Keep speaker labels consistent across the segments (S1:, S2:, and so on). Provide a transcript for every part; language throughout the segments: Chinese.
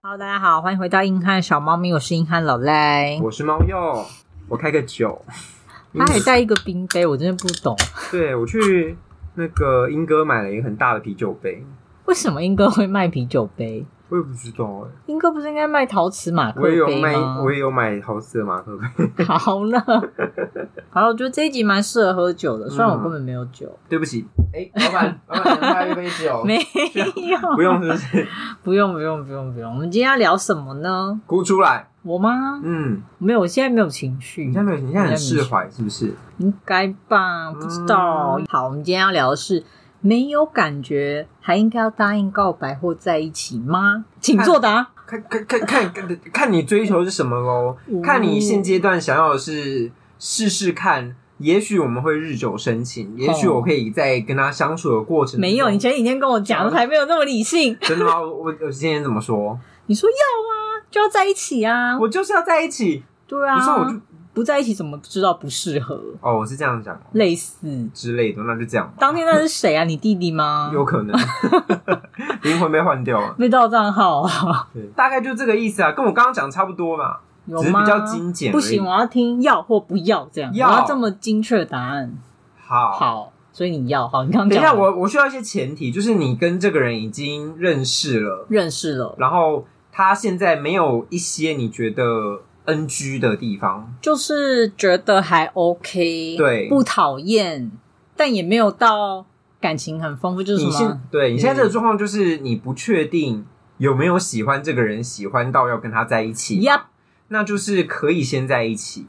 S1: Hello，大家好，欢迎回到硬汉小猫咪，我是硬汉老赖。
S2: 我是猫鼬，我开个酒。
S1: 他还带一个冰杯，我真的不懂
S2: 对我去那个英哥买了一个很大的啤酒杯，
S1: 为什么英哥会卖啤酒杯。
S2: 我也不知道哎、
S1: 英哥不是应该卖陶瓷马克
S2: 我也有
S1: 杯
S2: 卖，
S1: 吗？
S2: 我也有买陶瓷的马克杯。
S1: 好呢，好了，我觉得这一集蛮适合喝酒
S2: 嗯
S1: 的，虽然我根本没有酒，
S2: 对不起，
S3: 哎，老板，老板，能带一杯酒
S1: 没有，
S2: 不用哦是不啊是？
S1: 不用，不用，不用，不用。我们今天要聊什么呢？
S2: 哭出来。
S1: 我吗？
S2: 嗯，
S1: 没有，我现在没有情绪
S2: 你现在，没有，你现在很释怀是不是？
S1: 应该吧？不知道。
S2: 嗯
S1: 好，我们今天要聊的是。没有感觉，还应该要答应告白或在一起吗？请作答。
S2: 看看看看看看你追求是什么喽？
S1: 哦
S2: 看你现阶段想要的是试试看。也许我们会日久生情，也许我可以在跟他相处的过程
S1: 哦
S2: 中
S1: 没有，你前几天跟我讲，还没有那么理性。
S2: 真的吗？我我我今天怎么说？
S1: 你说要啊，就要在一起啊。
S2: 我就是要在一起，
S1: 对啊，
S2: 不是我就
S1: 不在一起怎么知道不适合？
S2: 哦，我是这样讲哦
S1: 类似，
S2: 之类的，那就这样吧。
S1: 当天那是谁啊？你弟弟吗？
S2: 有 可能灵魂被换掉了，
S1: 被盗账号 啊？
S2: 对，大概就这个意思啊，跟我刚刚讲差不多嘛。
S1: 有
S2: 只是
S1: 吗？
S2: 比较精简而已
S1: 不行，我要听要或不要这样，
S2: 要
S1: 我要这么精确的答案。
S2: 好，，
S1: 好，所以你要好，你刚刚
S2: 等
S1: 讲
S2: 一下，
S1: 了
S2: 我我需要一些前提，就是你跟这个人已经认识了，
S1: 认识了，
S2: 然后他现在没有一些你觉得 NG 的地方，
S1: 就是觉得还 OK，
S2: 对
S1: 不讨厌，但也没有到感情很丰富，就是
S2: 你
S1: 什
S2: 现
S1: 么？
S2: 对你现在
S1: 嗯
S2: 这个状况就是你不确定有没有喜欢这个人，喜欢到要跟他在一起
S1: Yup
S2: 那就是可以先在一起。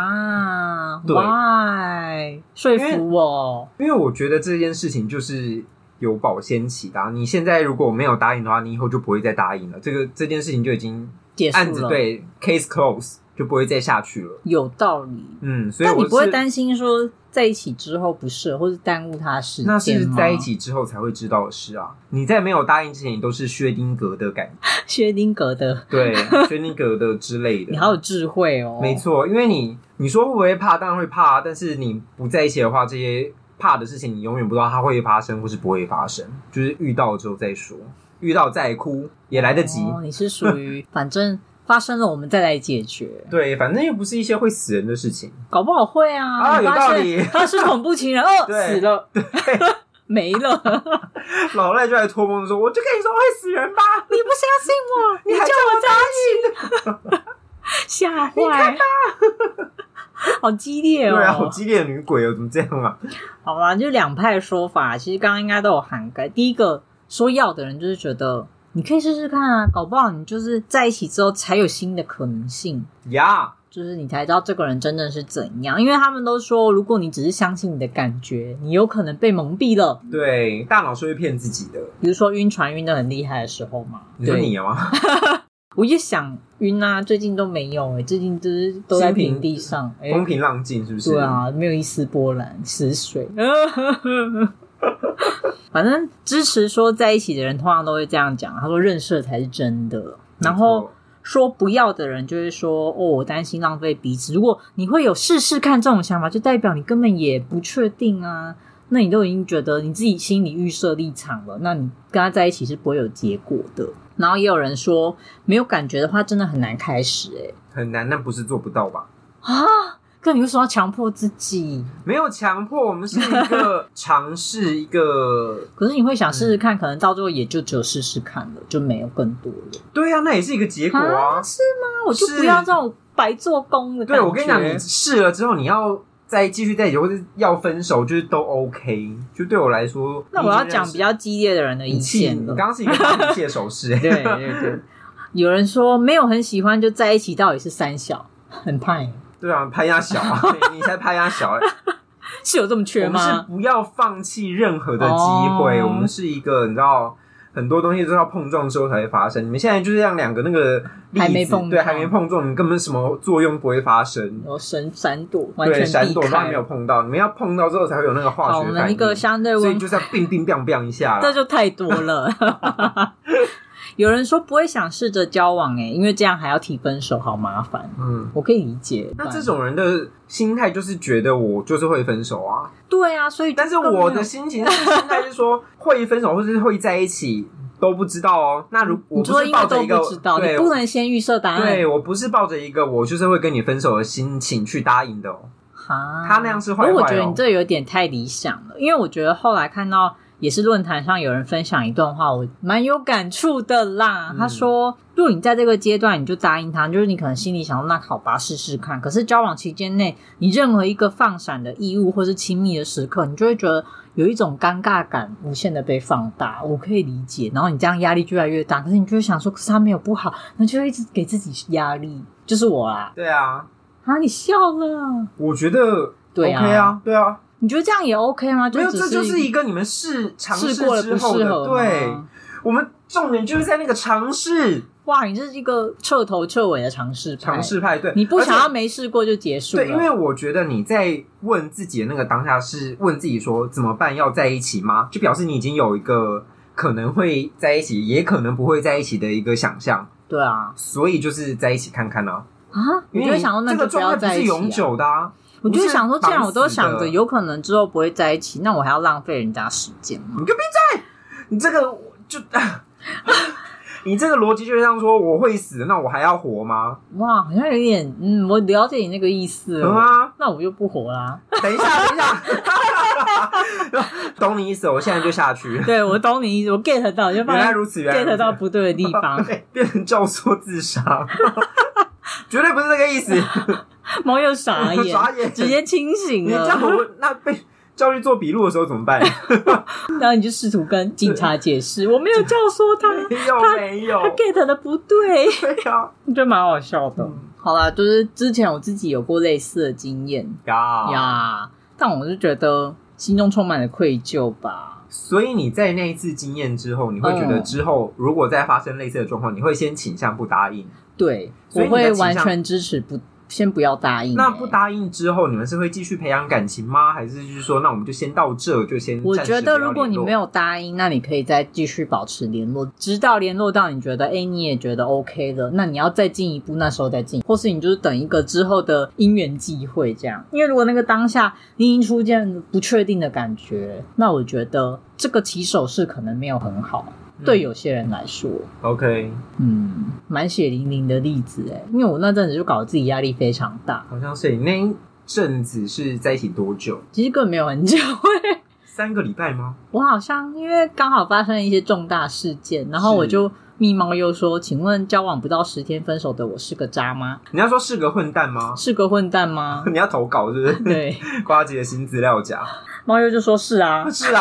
S1: 哈
S2: 对
S1: ，Why 说
S2: 因为
S1: 服我？
S2: 因为我觉得这件事情就是有保鲜期的啊、你现在如果没有答应的话，你以后就不会再答应了。这个这件事情就已经
S1: 结束
S2: 案子
S1: 了，
S2: 对 case close 就不会再下去了。
S1: 有道理。
S2: 嗯，所以
S1: 但
S2: 我
S1: 你
S2: 是
S1: 不会担心说在一起之后不适合，或是耽误他时间吗
S2: 那是在一起之后才会知道的事啊。你在没有答应之前，你都是薛丁格的感觉，
S1: 薛丁格的，
S2: 对，薛丁格的之类的。
S1: 你好有智慧哦。
S2: 没，错，因为你你说会不会怕，当然会怕啊，但是你不在一起的话，这些怕的事情你永远不知道它会发生或是不会发生，就是遇到之后再说，遇到再哭也来得及。
S1: 哦，你是属于 反正发生了我们再来解决，
S2: 对，反正又不是一些会死人的事情。
S1: 搞不好会啊。
S2: 啊
S1: 你
S2: 有
S1: 发
S2: 道
S1: 现
S2: 理
S1: 他是恐怖情人，哦，
S2: 对
S1: 死了， 没 了。
S2: 老赖就来托梦说：“我就跟你说会死人吧，
S1: 你不相信我，
S2: 你
S1: 你叫
S2: 还叫
S1: 我
S2: 我
S1: 在一起，吓坏， 好激烈哦！
S2: 对啊，好激烈的女鬼哦，怎么这样啊？
S1: 好吧，就两派说法，其实刚刚应该都有涵盖。第一个说要的人就是觉得你可以试试看啊，搞不好你就是在一起之后才有新的可能性，
S2: 呀、
S1: 就是你才知道这个人真正是怎样。因为他们都说，如果你只是相信你的感觉，你有可能被蒙蔽了。
S2: 对，大脑是会骗自己的。
S1: 比如说晕船晕的很厉害的时候嘛，
S2: 你说
S1: 对
S2: 你啊吗？
S1: 我也想晕啊，最近都没有哎、最近就是都在平地上哎。
S2: 风平浪静是不是？
S1: 对，啊，没有一丝波澜，死水。 反正支持说在一起的人，通常都会这样讲。他说认识了才是真的，然后说不要的人就会说哦，我担心浪费彼此。如果你会有试试看这种想法，就代表你根本也不确定啊。那你都已经觉得你自己心里预设立场了，那你跟他在一起是不会有结果的。然后也有人说，没有感觉的话，真的很难开始、欸。
S2: 很难，那不是做不到吧？
S1: 啊，哥，你为什么要强迫自己？
S2: 没有强迫，我们是一个尝试，一个
S1: 可是你会想试
S2: 嗯
S1: 试看，可能到最后也就只有试试看了，就没有更多了。
S2: 对啊，那也是一个结果啊。
S1: 是吗？我就不
S2: 是
S1: 要这种白做工的感
S2: 对，
S1: 觉。
S2: 我跟你讲，你试了之后，你要再继续在一起，或者要分手，就是都 OK。就对我来说，
S1: 那我要讲比较激烈的人的
S2: 你
S1: 意
S2: 已经认
S1: 见
S2: 识你气，
S1: 了
S2: 你。刚刚是一个发脾气的手势、 欸
S1: 对对对， 有人说没有很喜欢就在一起，到底是三小很派，
S2: 对啊，拍压 小啊，你才拍压小、欸。
S1: 是有这么缺
S2: 我们是
S1: 吗？
S2: 不要放弃任何的机会，
S1: 哦
S2: 我们是一个你知道。很多东西都要碰撞之后才会发生。你们现在就是让两个那个粒子
S1: 还没碰撞
S2: 对还没碰撞，你根本什么作用不会发生。
S1: 有神闪躲，完
S2: 对，
S1: 全
S2: 闪躲
S1: 避
S2: 当然
S1: 开
S2: 没。有碰到，你们要碰到之后才会有那个化
S1: 好，
S2: 学
S1: 我
S2: 反应。
S1: 们一个相对
S2: 所以
S1: 温
S2: 就是要冰冰冰冰一下啦。
S1: 这就太多了。 有人说不会想试着交往哎、因为这样还要提分手，好麻烦。
S2: 嗯，
S1: 我可以理解。
S2: 那这种人的心态就是觉得我就是会分手啊，
S1: 对啊，所以就
S2: 但是
S1: 更没有
S2: 我的心情是心态是说会分手或者是会在一起，都不知道哦。那如我
S1: 嗯你
S2: 不
S1: 说
S2: 是
S1: 因
S2: 抱
S1: 为
S2: 着
S1: 都
S2: 一个
S1: 不知道，你
S2: 对
S1: 不能先预设答案
S2: 对。我不是抱着一个我就是会跟你分手的心情去答应的哦。
S1: 哈，
S2: 他那样是坏坏哦
S1: 不过我觉得你这有点太理想了，因为我觉得后来看到也是论坛上有人分享一段话，我蛮有感触的啦。
S2: 嗯
S1: 他说，如果你在这个阶段你就答应他，就是你可能心里想说那好吧，试试看。可是交往期间内，你任何一个放闪的义务或是亲密的时刻，你就会觉得。有一种尴尬感无限的被放大，我可以理解。然后你这样压力越来越大，可是你就会想说，可是他没有不好，那就会一直给自己压力。就是我啦，
S2: 对啊，
S1: 啊，你笑了。
S2: 我觉得
S1: 对
S2: OK 啊，对啊，
S1: 你觉得这样也 OK 吗？
S2: 没有，
S1: 只
S2: 这就是
S1: 一
S2: 一个你们试尝试
S1: 试过了
S2: 之
S1: 不
S2: 后
S1: 适
S2: 的，
S1: 合吗，
S2: 对，我们重点就是在那个尝试
S1: 哇，你这是一个彻头彻尾的尝试派
S2: 尝，试派对，
S1: 哎你不想
S2: 而
S1: 要
S2: 且。
S1: 没试过就结束了，
S2: 对，因为我觉得你在问自己的那个当下是问自己说怎么办，要在一起吗？就表示你已经有一个可能会在一起，也可能不会在一起的一个想象，
S1: 对啊
S2: 所以就是在一起看看啊。
S1: 啊，我
S2: 因
S1: 就
S2: 为
S1: 会
S2: 你
S1: 想说那
S2: 这
S1: 就
S2: 个
S1: 不
S2: 状
S1: 要
S2: 态不
S1: 在
S2: 是
S1: 一
S2: 永
S1: 起、啊。
S2: 久的啊。
S1: 我就
S2: 不
S1: 会
S2: 是
S1: 想说，既然我都想
S2: 绑
S1: 着
S2: 死的
S1: 有可能之后不会在一起，那我还要浪费人家时间吗？
S2: 你这个就， 你这个逻辑就是像说我会死，那我还要活吗？
S1: 哇，好像有点嗯，我了解你那个意思了，
S2: 嗯啊
S1: 那我就不活啦。
S2: 等一下，等一下， 懂你意思，我现在就下去。
S1: 对，我懂你意思，我 get 到，就
S2: 原
S1: 发
S2: 来
S1: 现
S2: 如此，原来如
S1: get
S2: 此。
S1: 到不对的地方
S2: 对变成教唆自杀， 绝对不是这个 意思。
S1: 猫又傻眼，
S2: 傻眼
S1: 直接清醒
S2: 你这
S1: 了。
S2: 样我那被叫去做笔录的时候怎 么办？
S1: 然后你就试图跟警察解释，我没有教唆他，
S2: 又没有
S1: 他？get 的不对，嗯
S2: 对啊呀，
S1: 就蛮好笑的。好啦，就是之前我自己有过类似的经验
S2: 呀啊
S1: 呀，但我就觉得心中充满了愧疚吧。
S2: 所以你在那一次经验之后，你会觉得
S1: 嗯
S2: 之后如果再发生类似的状况，你会先倾向不答应。
S1: 对，
S2: 所
S1: 我
S2: 以你的
S1: 会
S2: 倾向
S1: 完全支持不，先不要答应、
S2: 那
S1: 欸
S2: 不答应之后，你们是会继续培养感情吗？还是就是说，那我们就先到这，就先
S1: 我
S2: 嗯暂时
S1: 觉得，
S2: 不要
S1: 如果你
S2: 联络
S1: 没有答应，那你可以再继续保持联络，直到联络到你觉得，哎、你也觉得 OK 了，那你要再进一步，那时候再进，或是你就是等一个之后的因缘际会这样。因为如果那个当下你已经出现不确定的感觉，那我觉得这个起手式可能没有很好，
S2: 嗯
S1: 对有些人来说。
S2: OK，
S1: 嗯，蛮血淋淋的例子哎，因为我那阵子就搞得自己压力非常大，
S2: 好像是你那一阵子是在一起多久？
S1: 其实根本没有很久 哎。
S2: 三个礼拜吗？
S1: 我好像因为刚好发生了一些重大事件，然后
S2: 是
S1: 我就密猫又说：“请问交往不到十天分手的我是个渣吗？
S2: 你要说是个混蛋吗？
S1: 是个混蛋吗
S2: 你要投稿是不？”是？
S1: 对，
S2: 瓜姐的新资料夹
S1: 猫又就说 是 啊，
S2: 是啊，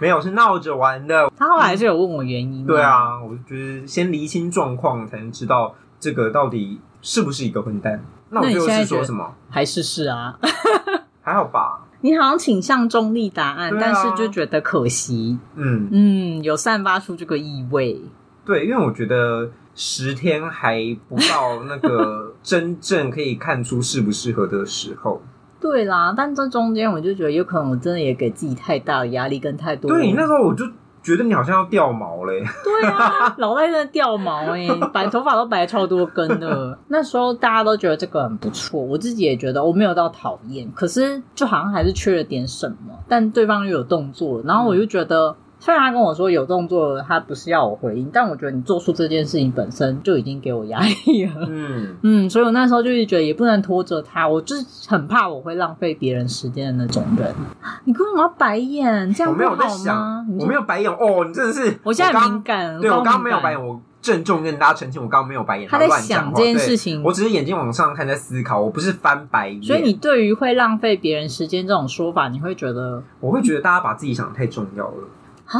S2: 没有是闹着玩的。
S1: 他后来还是有问我原因、
S2: 对，啊，我就是先厘清状况，才能知道这个到底是不是一个混蛋。那我
S1: 那你
S2: 就
S1: 现在
S2: 是
S1: 觉
S2: 说
S1: 得
S2: 什么？
S1: 还是是啊。
S2: 还好吧，
S1: 你好像倾向中立答案，
S2: 对啊
S1: 但是就觉得可惜，
S2: 嗯，
S1: 嗯，有散发出这个意味。
S2: 对，因为我觉得十天还不到那个真正可以看出适不适合的时 候。
S1: 对啦，但这中间我就觉得有可能我真的也给自己太大的压力跟太多。
S2: 对你那时候我就觉得你好像要掉 毛嘞，
S1: 对啊，脑袋真的掉毛 哎、白头发都白超多根的。那时候大家都觉得这个很不错，我自己也觉得我没有到讨厌，可是就好像还是缺了点什么。但对方又有动作了，然后我就觉得。虽然他跟我说有动作了，他不是要我回应，但我觉得你做出这件事情本身就已经给我压力 了。
S2: 嗯，
S1: 嗯，所以我那时候就是觉得也不能拖着他，我就是很怕我会浪费别人时间的那种人。你干嘛白眼？这样
S2: 我
S1: 不
S2: 没有在
S1: 好
S2: 想
S1: 吗？你，就
S2: 我没有白眼哦，你真的是，
S1: 我现在很
S2: 刚
S1: 敏感，
S2: 对我刚刚
S1: 敏
S2: 没有
S1: 感
S2: 白眼，我郑重跟大家澄清，我刚刚没有白眼，
S1: 他在
S2: 乱
S1: 想
S2: 讲话哦
S1: 这件
S2: 对
S1: 事情
S2: 我只是眼睛往上看，在思考，我不是翻白眼，
S1: 所以你对于会浪费别人时间这种说法，你会觉得
S2: 我会觉得大家把自己想得太重要了，
S1: 啊？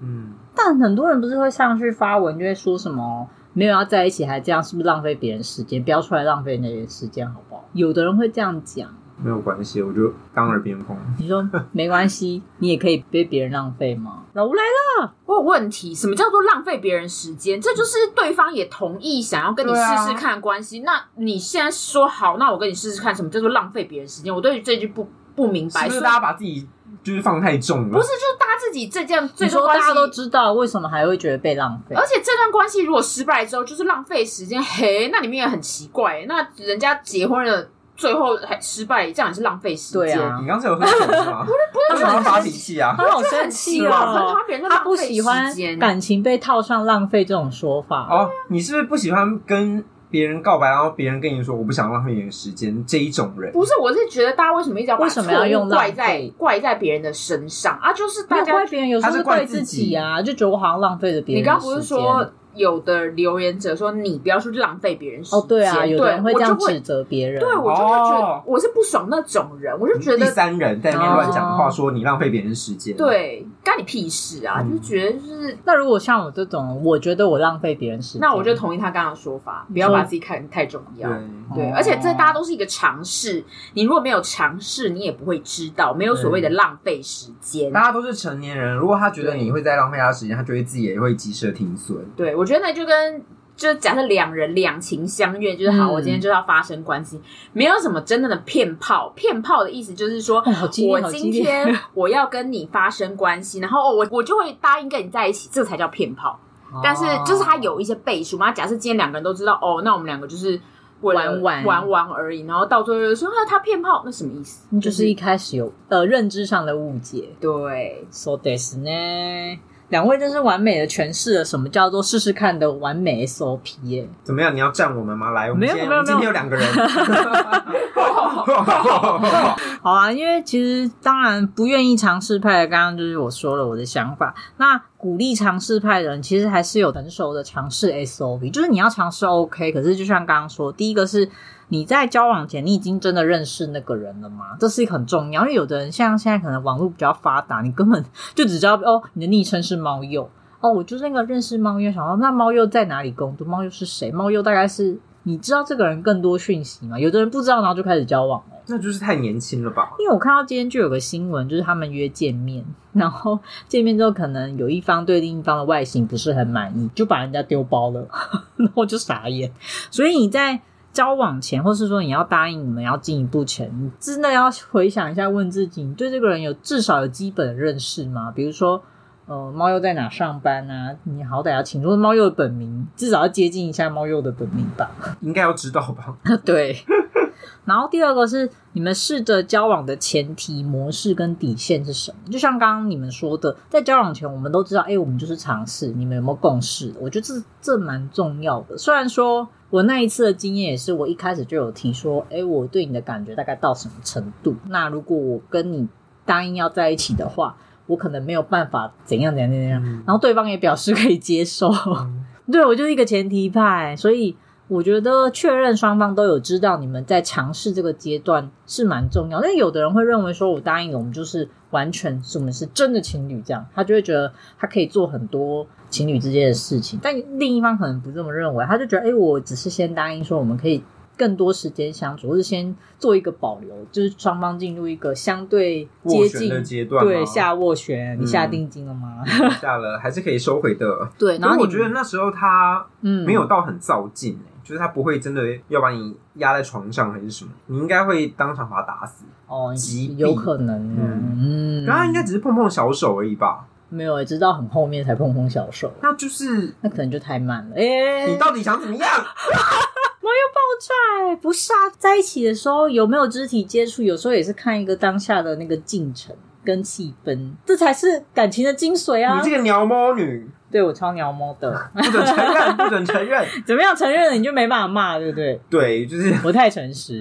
S2: 嗯，
S1: 但很多人不是会上去发文，就会说什么没有要在一起还这样，是不是浪费别人时间？不要出来浪费那些时间，好不好？有的人会这样讲，
S2: 没有关系，我就当耳边风。
S1: 你说没关系，你也可以被别人浪费吗？老吴来了，
S4: 我有问题，什么叫做浪费别人时间？这就是对方也同意想要跟你
S2: 对啊
S4: 试试看的关系。那你现在说好，那我跟你试试看，什么叫做浪费别人时间？我对于这句不不明白。
S2: 是不是
S4: 所以
S2: 大家把自己就是放太重了？
S4: 不是，就是大家自己这件
S1: 你
S4: 这段
S1: 说
S4: 关
S1: 大
S4: 系哦
S1: 家都知道，为什么还会觉得被浪费
S4: 而？且这段关系如果失败之后，就是浪费时间。嘿，那你们也很奇怪。那人家结婚了，最后还失败，这样也是浪费时间。
S1: 对啊
S2: 你刚才有喝酒是吗？不是，不是，发脾气啊！
S1: 他好
S4: 就
S1: 生
S4: 很
S1: 气
S4: 气啊很
S1: 哦
S4: 讨厌别人，在
S1: 他不
S4: 浪费
S1: 喜欢
S4: 时间
S1: 感情被套上浪费这种说法。
S2: 哦，你是不是不喜欢跟别人告白，然后别人跟你说我不想浪费你的时间这一种人？
S4: 不是，我是觉得大家为什么一直要把
S1: 为什么要用
S4: 错误怪
S1: 浪
S4: 在
S1: 费
S4: 怪在别人的身上啊？就是
S1: 没
S4: 大
S1: 有
S4: 家
S1: 怪别人，有时候
S2: 他是怪
S1: 怪
S2: 自己
S1: 己啊，就觉得我好像浪费了别
S4: 你
S1: 人的时
S4: 刚
S1: 间。
S4: 刚不是说有的留言者说你不要去浪费别人时间？
S1: 哦，对啊，有的人
S4: 我
S1: 这
S4: 就
S1: 样
S4: 会
S1: 指责别人。
S4: 对我就会觉
S2: 哦
S4: 得我是不爽那种人，我就觉
S2: 第
S4: 得
S2: 三人在那边乱讲话，说你浪费别人时间。，
S4: 对，干你屁事啊！
S2: 嗯
S4: 就觉得就是，
S1: 那如果像我这种，我觉得我浪费别人时间，
S4: 那我就同意他刚刚的说法，不要把自己看得太重要。
S2: 嗯对，
S4: 对，
S1: 哦
S4: 而且这大家都是一个尝试，你如果没有尝试，你也不会知道，没有所谓的浪费时间。
S2: 大家都是成年人，如果他觉得你会在浪费他的时间，他觉得自己也会及时的停损。
S4: 对，我觉得那就跟就假设两人两情相悦，就是好，
S1: 嗯
S4: 我今天就要发生关系，没有什么真正的骗炮。骗炮的意思就是说，
S1: 哦好激烈
S4: 我
S1: 好激
S4: 今
S1: 烈
S4: 天我要跟你发生关系，然后、哦、我我就会答应跟你在一起，这才叫骗炮。
S1: 哦
S4: 但是就是他有一些倍数嘛，假设今天两个人都知道，哦，那我们两个就是。为了
S1: 玩玩
S4: 玩玩而已，然后到最后就说啊，他骗炮，那什么意思？
S1: 哦就是一嗯开始有呃认知上的误解。
S4: 对，
S1: So this 呢？两位真是完美的诠释了什么叫做试试看的完美 SOP 耶、
S2: 怎么样？你要站我们吗？来，我们
S1: 没
S2: 今
S1: 有
S2: 天
S1: 没有
S2: 我们今天
S1: 没
S2: 有
S1: 有
S2: 两 个人。
S1: 好啊，因为其实当然不愿意尝试派的，刚刚就是我说了我的想法。那鼓励尝试派的人，其实还是有成熟的尝试 SOP，就是你要尝试 OK，可是就像刚刚说，第一个是你在交往前，你已经真的认识那个人了吗？这是一个很重要，因为有的人像现在可能网络比较发达，你根本就只知道哦，你的昵称是猫鼬。哦，我就是那个认识猫鼬，想到那猫鼬在哪里工作，猫鼬是谁？猫鼬大概是你知道这个人更多讯息吗？有的人不知道，然后就开始交往了。
S2: 那就是太年轻了吧？
S1: 因为我看到今天就有个新闻，就是他们约见面，然后见面之后可能有一方对另一方的外形不是很满意，就把人家丢包了， 然后我就傻眼。所以你在交往前，或是说你要答应你们要进一步前，你真的要回想一下，问自己，你对这个人有至少有基本的认识吗？比如说。呃，猫鼬在哪上班啊？你好歹要请出猫鼬的本名，至少要接近一下猫鼬的本名吧。
S2: 应该要知道吧？
S1: 对。 然后第二个是你们试着交往的前提模式跟底线是什么？就像刚刚你们说的，在交往前我们都知道，哎，我们就是尝试，你们有没有共识？我觉得这这蛮重要的。虽然说我那一次的经验也是，我一开始就有提说，哎，我对你的感觉大概到什么程度？那如果我跟你答应要在一起的话，我可能没有办法怎样怎样怎样怎样。
S2: 嗯
S1: 然后对方也表示可以接受。对我就是一个前提派，所以我觉得确认双方都有知道你们在尝试这个阶段是蛮重要。但有的人会认为说，我答应了，我们就是完全是我们是真的情侣这样，他就会觉得他可以做很多情侣之间的事情。但另一方可能不这么认为，他就觉得，哎，我只是先答应说我们可以。更多时间相处，或是先做一个保留，就是双方进入一个相对接
S2: 斡旋
S1: 近
S2: 的阶段吗
S1: 对下斡旋。你下
S2: 嗯
S1: 定金了吗？
S2: 下了还是可以收回的。
S1: 对，然后
S2: 因为我
S1: 你
S2: 觉得那时候他
S1: 嗯
S2: 没有到很躁进、欸就是他不会真的要把你压在床上还是什么，你应该会当场把他打死。
S1: 哦
S2: 击毙，
S1: 有可能哦，嗯，
S2: 然后他应该只是碰碰小手而已吧？
S1: 没有，直到很后面才碰碰小手，
S2: 那就是
S1: 那可能就太慢了。哎、
S2: 你到底想怎么样？
S1: 帅不是啊？在一起的时候有没有肢体接触，有时候也是看一个当下的那个进程跟气氛，这才是感情的精髓啊
S2: 你！这个鸟猫女，
S1: 对我超鸟猫 的，
S2: 不准承认，不准 承认。
S1: 怎么样承认了你就没办法骂，对不对？
S2: 对，就是
S1: 我太诚实。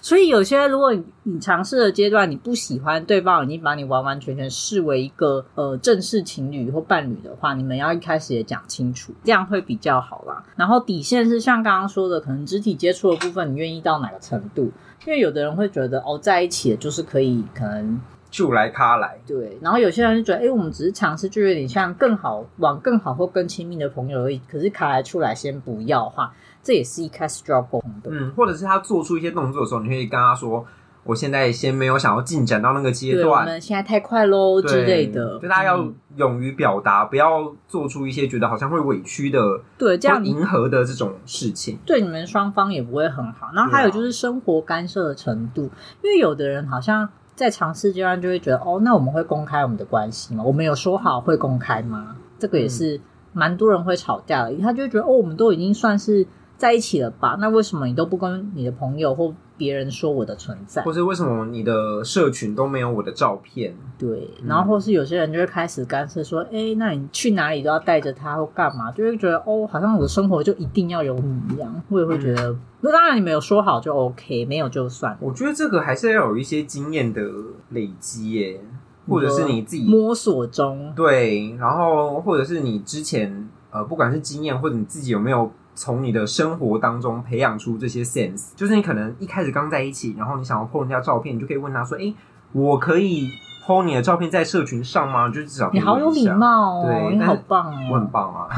S1: 所以有些，如果你你尝试的阶段，你不喜欢对方已经把你完完全全视为一个呃正式情侣或伴侣的话，你们要一开始也讲清楚，这样会比较好啦。然后底线是像刚刚说的，可能肢体接触的部分，你愿意到哪个程度？因为有的人会觉得哦，在一起了就是可以可能
S2: 就来咖来，
S1: 对，然后有些人就觉得，哎、我们只是尝试，就有点像更好往更好或更亲密的朋友而已。可是卡来出来先不要的话，这也是一开始就要沟通的。
S2: 嗯，或者是他做出一些动作的时候，你可以跟他说：“我现在先没有想要进展到那个阶
S1: 对，我
S2: 段。”
S1: 们现在太快喽
S2: 对
S1: 之类的，
S2: 就大家要
S1: 嗯
S2: 勇于表达，不要做出一些觉得好像会委屈的、
S1: 对这样
S2: 会
S1: 你
S2: 迎合的这种事情。
S1: 对你们双方也不会很好。然后还
S2: 啊
S1: 有就是生活干涉的程度，因为有的人好像在尝试阶段就会觉得，哦，那我们会公开我们的关系吗？我们有说好会
S2: 嗯
S1: 公开吗？这个也是蛮多人会吵架的，他就会觉得，哦，我们都已经算是在一起了吧？那为什么你都不跟你的朋友或别人说我的存在
S2: 或？是为什么你的社群都没有我的照片？
S1: 对，
S2: 嗯
S1: 然后或是有些人就会开始干涉说，哎、那你去哪里都要带着他或干嘛，就会觉得哦，好像我的生活就一定要有你一样。我也会觉
S2: 嗯
S1: 得，那、当然你们有说好就 OK，没有就算，
S2: 我觉得这个还是要有一些经验的累积耶，或者是你自己
S1: 摸索中。
S2: 对，然后或者是你之前呃，不管是经验或者你自己有没有从你的生活当中培养出这些 sense，就是你可能一开始刚在一起，然后你想要 po 人家照片，你就可以问他说：“哎，我可以 po 你的照片在社群上吗？”就是至少可以
S1: 你好有
S2: 问一
S1: 礼
S2: 下。
S1: 貌哦，
S2: 对
S1: 你好
S2: 但是
S1: 棒
S2: 我很啊
S1: 哦。
S2: 棒啊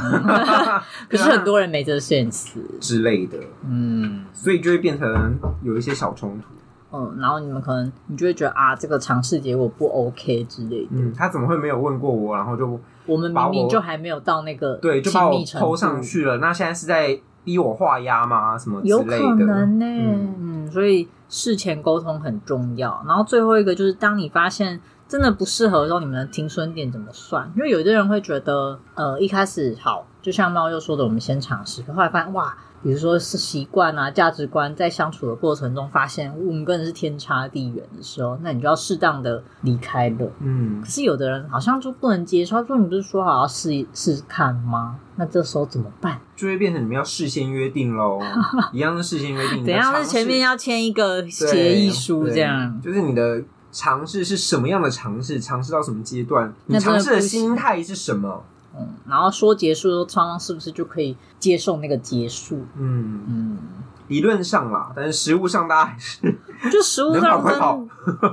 S1: 可是很多人没这个现实，
S2: 之类的，
S1: 嗯
S2: 所以就会变成有一些小冲突。
S1: 嗯，然后你们可能你就会觉得啊，这个尝试结果不 OK 之类的。
S2: 嗯，他怎么会没有问过我？然后就
S1: 我们明明就还没有到那个
S2: 对，就把
S1: 亲
S2: 我
S1: 密程度
S2: 抛上，去了。那现在是在逼我画押吗？什么啊之
S1: 有
S2: 类
S1: 可
S2: 的？
S1: 能呢、
S2: 嗯
S1: 嗯，所以事前沟通很重要。然后最后一个就是，当你发现真的不适合的时候，你们的停损点怎么算？因为有的人会觉得，呃，一开始好，就像猫又说的，我们先尝试，可后来发现哇。比如说是习惯啊、价值观，在相处的过程中发现我们跟人是天差地远的时候，那你就要适当的离开了。
S2: 嗯
S1: 可，是有的人好像就不能接受，他说你不是说好要试一试看吗？那这时候怎么办？
S2: 就会变成你们要事先约 定喽，一样是事先约定。
S1: 怎样？
S2: 你
S1: 是
S2: 的尝试
S1: 前面要签一个
S2: 对
S1: 协议书
S2: 对
S1: 这样？
S2: 就是你的尝试是什么样的尝试，尝试到什么阶段，你
S1: 那真的
S2: 尝试的
S1: 不行
S2: 心态是什么？
S1: 嗯，然后说结束的时候，双方是不是就可以接受那个结束？
S2: 嗯，
S1: 嗯，
S2: 理论上啦，但是实物上大家 还是
S1: 就实物上
S2: 能跑快跑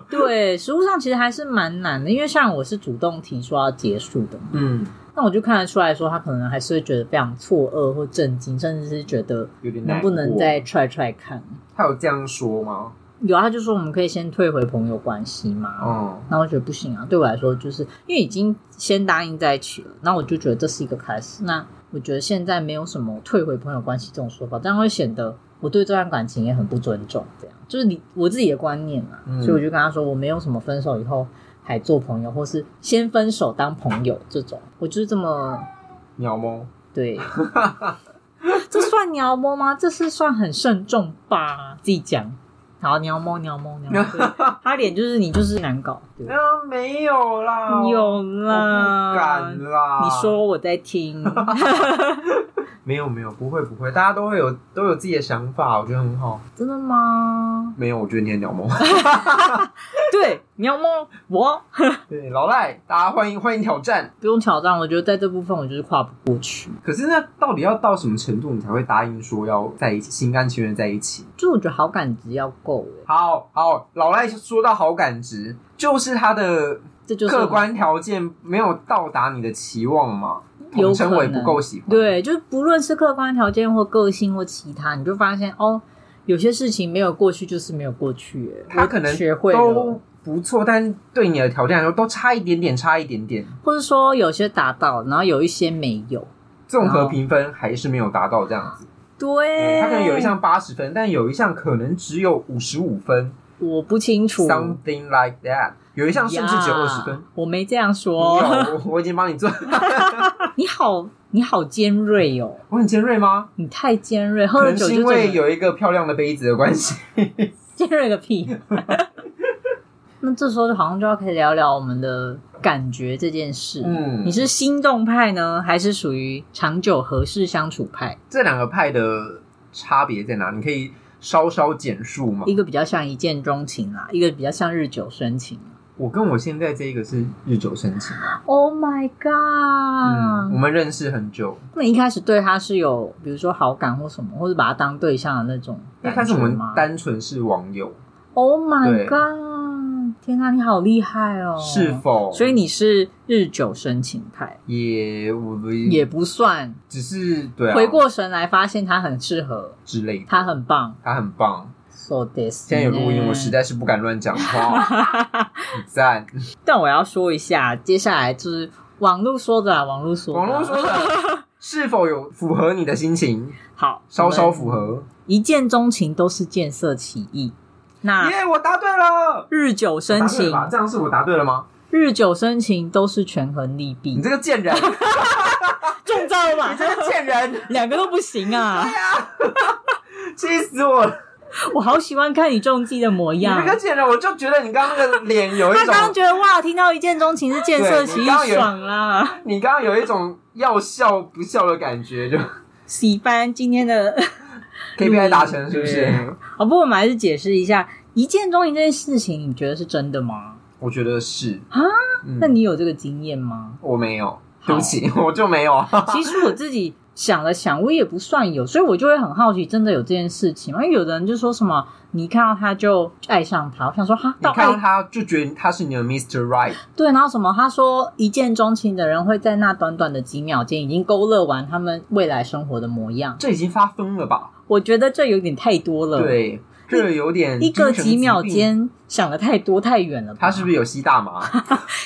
S1: 跟对实物上其实还是蛮难的，因为像我是主动提说要结束的嘛，
S2: 嗯
S1: 那我就看得出来说他可能还是会觉得非常错愕或震惊，甚至是觉得
S2: 有点难
S1: 能不能
S2: 过
S1: 再？踹踹看？
S2: 他有这样说吗？
S1: 有啊，他就说我们可以先退回朋友关系嘛。
S2: 哦，
S1: 那我觉得不行啊，对我来说，就是因为已经先答应在一起了，那我就觉得这是一个开始。那我觉得现在没有什么退回朋友关系这种说法，这样会显得我对这段感情也很不尊重。这样就是你我自己的观念嘛，
S2: 嗯
S1: 所以我就跟他说，我没有什么分手以后还做朋友，或是先分手当朋友这种，我就是这么
S2: 鸟猫，
S1: 对。这算鸟摸吗？这是算很慎重吧？自己讲。好，鸟摸鸟摸鸟摸，对他脸就是你就是难搞。对
S2: 啊，没有啦，
S1: 有
S2: 我不
S1: 啦，
S2: 敢啦，
S1: 你说我在 听，
S2: 没有没有，不会不会，大家都会有都有自己的想法，我觉得很好。
S1: 真的吗？
S2: 没有，我觉得你很鸟毛。
S1: 对，你要摸我，
S2: 对，老赖，大家欢迎欢迎挑战。
S1: 不用挑战。我觉得在这部分我就是跨不过去，
S2: 可是那到底要到什么程度，你才会答应说要在一起，心甘情愿在一起？
S1: 就我觉得好感值要够哎，
S2: 好好，老赖说到好感值，就是他的
S1: 这就是
S2: 客观条件没有到达你的期望嘛，
S1: 有
S2: 统称
S1: 可
S2: 为
S1: 能
S2: 不够喜欢。，
S1: 对，就是不论是客观条件或个性或其他，你就发现哦，有些事情没有过去就是没有过去哎，
S2: 他
S1: 我
S2: 可能
S1: 学会
S2: 都
S1: 了，
S2: 不错，但对你的条件来说都差一点点，差一点点。
S1: 或者说有些达到，然后有一些没有。
S2: 综合
S1: 哦
S2: 评分还是没有达到这样子，
S1: 对，
S2: 他可能有一项八十分，但有一项可能只有五十五分，
S1: 我不清楚，
S2: Something like that，有一项甚至只有二十分
S1: 呀。，我没这样
S2: 你
S1: 说。
S2: 有，啊我我已经帮你做。
S1: 你好，你好尖锐哦，
S2: 我很尖锐吗？
S1: 你太尖锐，喝
S2: 可
S1: 了
S2: 能
S1: 酒
S2: 是
S1: 就
S2: 因为
S1: 这么
S2: 有一个漂亮的杯子的关系。
S1: 尖锐个屁。那这时候就好像就要可以聊聊我们的感觉这件事。
S2: 嗯
S1: 你是心动派呢，还是属于长久合适相处派？
S2: 这两个派的差别在哪？你可以稍稍简述吗
S1: 一？个比较像一见钟情啦，一个比较像日久生情。
S2: 我跟我现在这个是日久生情啊，
S1: Oh my
S2: 嗯，我
S1: god！、
S2: 们认识很久，
S1: 那你一开始对他是有，比如说好感或什么，或者把他当对象的那种
S2: 一
S1: 感觉吗？
S2: 开始我们单纯是网友，
S1: Oh my
S2: 对
S1: god！天啊，你好厉害哦！
S2: 是否？
S1: 所以你是日久生情派，
S2: 也我
S1: 也不算。
S2: 只是嗯对啊
S1: 回过神来，发现他很适合，
S2: 之类的，
S1: 他很嗯棒。
S2: 他很棒。
S1: So this，
S2: 现在有录音，我实。在是不敢乱讲话。很赞。
S1: 但我要说一下，接下来就是网络说的啊，网络说的啊，
S2: 网络说的是否有符合你的心情？
S1: 好，
S2: 稍稍
S1: 我们
S2: 符合。
S1: 一见钟情都是见色起意。那
S2: 耶、我答对了！
S1: 日久生
S2: 答对
S1: 情
S2: 了，吧？这样是我答对了吗？
S1: 日久生情都是权衡利弊
S2: 你。这个贱人！
S1: 中招了吧
S2: 你？这个贱人，
S1: 两个都不行 啊！
S2: 气死我了！
S1: 我好喜欢看你中计的模
S2: 你
S1: 样
S2: 那。个贱人，我就觉得你刚刚那个脸有一
S1: 他
S2: 种，
S1: 刚刚觉得哇，听到一见钟情是见色起
S2: 对
S1: 意
S2: 你刚刚有
S1: 爽啦。
S2: 你刚刚有一种要笑不笑的感觉，就
S1: 喜欢今天的
S2: KPI 达成是
S1: 对
S2: 不是？
S1: 哦，不过我们还是解释一下一见钟情这件事情，你觉得是真的吗？
S2: 我觉得是
S1: 啊
S2: 嗯
S1: 那你有这个经验吗？
S2: 我没有，对不起， 我就没有。
S1: 其实我自己想了想，我也不算有，所以我就会很好奇，真的有这件事情吗？因为有的人就说什么，你一看到他就爱上他，我想说哈，
S2: 你
S1: 到哎
S2: 看到
S1: 爱
S2: 他就觉得他是你的 Mr. Right，
S1: 对，然后什么？他说一见钟情的人会在那短短的几秒间已经勾勒完他们未来生活的模样，
S2: 这已经发疯了吧？
S1: 我觉得这有点太多了。，
S2: 对，这有点
S1: 一个
S2: 精神疾
S1: 几
S2: 病
S1: 秒，间想的太多太远了吧？
S2: 他是不是有吸大麻？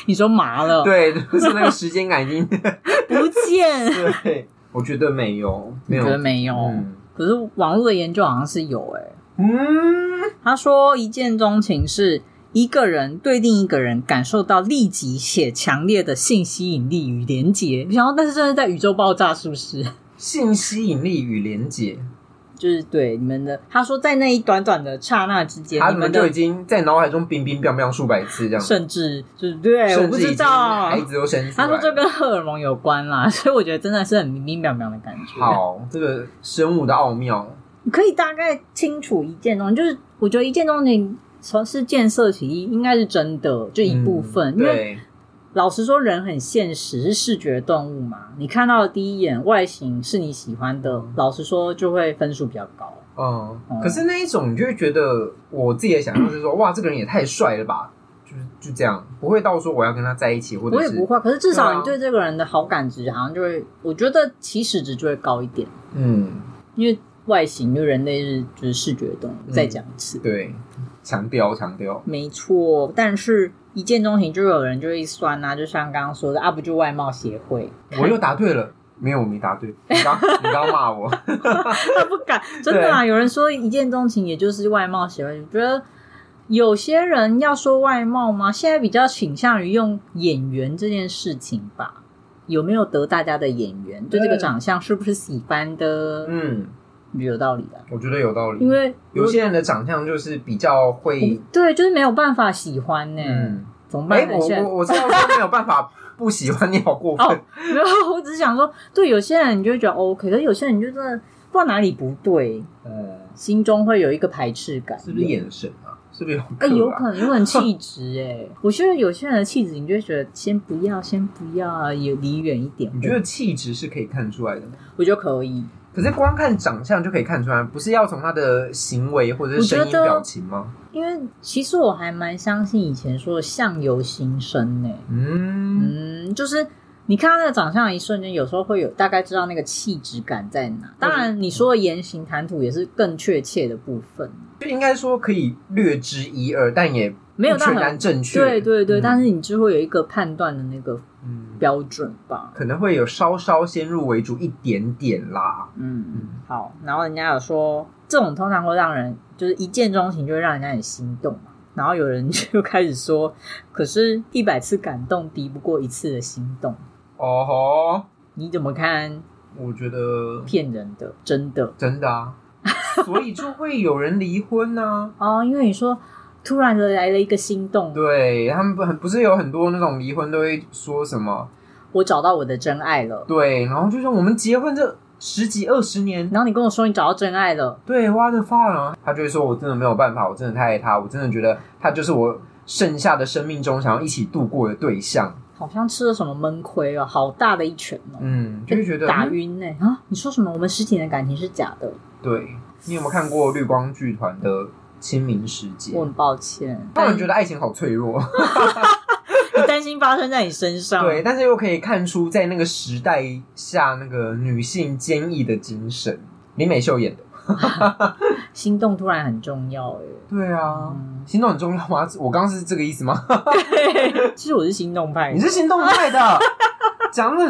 S1: 你说麻了？，
S2: 对，就是那个时间感已经
S1: 不见。
S2: 对。我觉得没有，没
S1: 我
S2: 有
S1: 觉得，没有，
S2: 嗯
S1: 可是网络的研究好像是有哎、
S2: 嗯，
S1: 他说，一见钟情是一个人对另一个人感受到立即且强烈的性吸引力与连结。然后，但是这是在宇宙爆炸，是不是？
S2: 性吸引力与连结，
S1: 就是对你们的，他说在那一短短的刹那之间，
S2: 他
S1: 你
S2: 们
S1: 们
S2: 就
S1: 的
S2: 已经在脑海中冰冰冰冰数百次这样，
S1: 甚至就是对，我
S2: 甚
S1: 不
S2: 至已
S1: 知
S2: 经
S1: 道
S2: 孩。子都生出来
S1: 他说
S2: 了。
S1: 这跟荷尔蒙有关啦，所以我觉得真的是很明明白白的感觉。，
S2: 好，这个生物的奥妙，
S1: 可以大概清楚一见钟情，就是我觉得一见钟情从是见色起意，应该是真的，就一部分，
S2: 嗯
S1: 因为
S2: 对，
S1: 老实说，人很现实，是视觉动物嘛。你看到的第一眼外形是你喜欢的，老实说就会分数比较高。
S2: 嗯
S1: 嗯，
S2: 可是那一种你就会觉得，我自己的想象就是说，哇，这个人也太帅了吧，就是就这样，不会到说我要跟他在一起，或者
S1: 我也不
S2: 是
S1: 会，可是至
S2: 对
S1: 少
S2: 啊
S1: 你对这个人的好感值好像就会，我觉得起始值就会高一点，
S2: 嗯，
S1: 因为外形就人类是就是视觉动物。再讲一次，
S2: 对，强调强调，
S1: 没错。但是一见钟情就有人就会酸啊，就像刚刚说的啊，不就外貌协会，
S2: 我又答对了。没有，我没答对。你刚你刚骂我，
S1: 他 不敢，真的啊！有人说一见钟情，也就是外貌协会。我觉得有些人要说外貌吗？现在比较倾向于用演员这件事情吧。有没有得大家的眼缘？对这个长相是不是喜欢的？嗯，
S2: 嗯，
S1: 有道理的、
S2: 我觉得有道理。
S1: 因为
S2: 有些人的长相就是比较会，
S1: 对，就是没有办法喜欢呢、
S2: 嗯，
S1: 怎么
S2: 哎、
S1: 办呢？
S2: 我
S1: 现在
S2: 我我知道说没有办法不喜欢你，好过分。
S1: 哦，没有，我只是想说，对有些人你就会觉得 OK，可是有些人你就真的不知道哪里不对，
S2: 嗯，
S1: 心中会有一个排斥感。
S2: 是不是眼神啊？是不是有、啊？
S1: 哎、有可能，有可能气质哎，我觉得有些人的气质，你就会觉得先不要，先不要啊，也离远一点。
S2: 你觉得气质是可以看出来的吗？
S1: 我觉得可以，
S2: 可是光看长相就可以看出来，不是要从他的行为或者是声音
S1: 我觉得
S2: 表情吗？
S1: 因为其实我还蛮相信以前说的相由心生呢。
S2: 嗯，
S1: 嗯，就是你看到那个长相的一瞬间，有时候会有大概知道那个气质感在哪。当然，你说的言行谈吐也是更确切的部分，
S2: 就应该说可以略知一二，但也
S1: 没有
S2: 不
S1: 到
S2: 全
S1: 很
S2: 然正确。
S1: 对对对，
S2: 嗯
S1: 但是你就会有一个判断的那个
S2: 嗯，
S1: 标准吧。
S2: 可能会有稍稍先入为主一点点啦。
S1: 嗯，好。然后人家有说，这种通常会让人就是一见钟情，就会让人家很心动嘛。然后有人就开始说， 可是一百次感动敌不过一次的心动。
S2: 哦吼，
S1: 你怎么看
S2: 我觉得
S1: 骗人的？真的
S2: 真的啊， 所以就会有人离婚啊呢、
S1: 哦，因为你说突然的来了一个心动，
S2: 对他们不很不是有很多那种离婚都会说什么
S1: 我找到我的真爱了。
S2: 对，然后就说我们结婚这十几二十年，
S1: 然后你跟我说你找到真爱了，
S2: 对，挖的发廊，他就会说：“我真的没有办法，我真的太爱他，我真的觉得他就是我剩下的生命中想要一起度过的对象。
S1: 好像吃了什么闷亏哦，好大的一拳”哦，
S2: 嗯，就会觉得
S1: 打
S2: 嗯
S1: 晕呢、啊！你说什么？我们十几年的感情是假的？
S2: 对，你有没有看过绿光剧团的《清明时节
S1: 我》？很抱歉，
S2: 让人觉得爱情好脆弱，
S1: 你担心发生在你身上。
S2: 对，但是又可以看出在那个时代下那个女性坚毅的精神。林美秀演的，
S1: 心动突然很重要 哎、
S2: 对啊，
S1: 嗯
S2: 心动很重要吗？我刚刚是这个意思吗？
S1: 其实我是心动派
S2: 你，是心动派的，讲的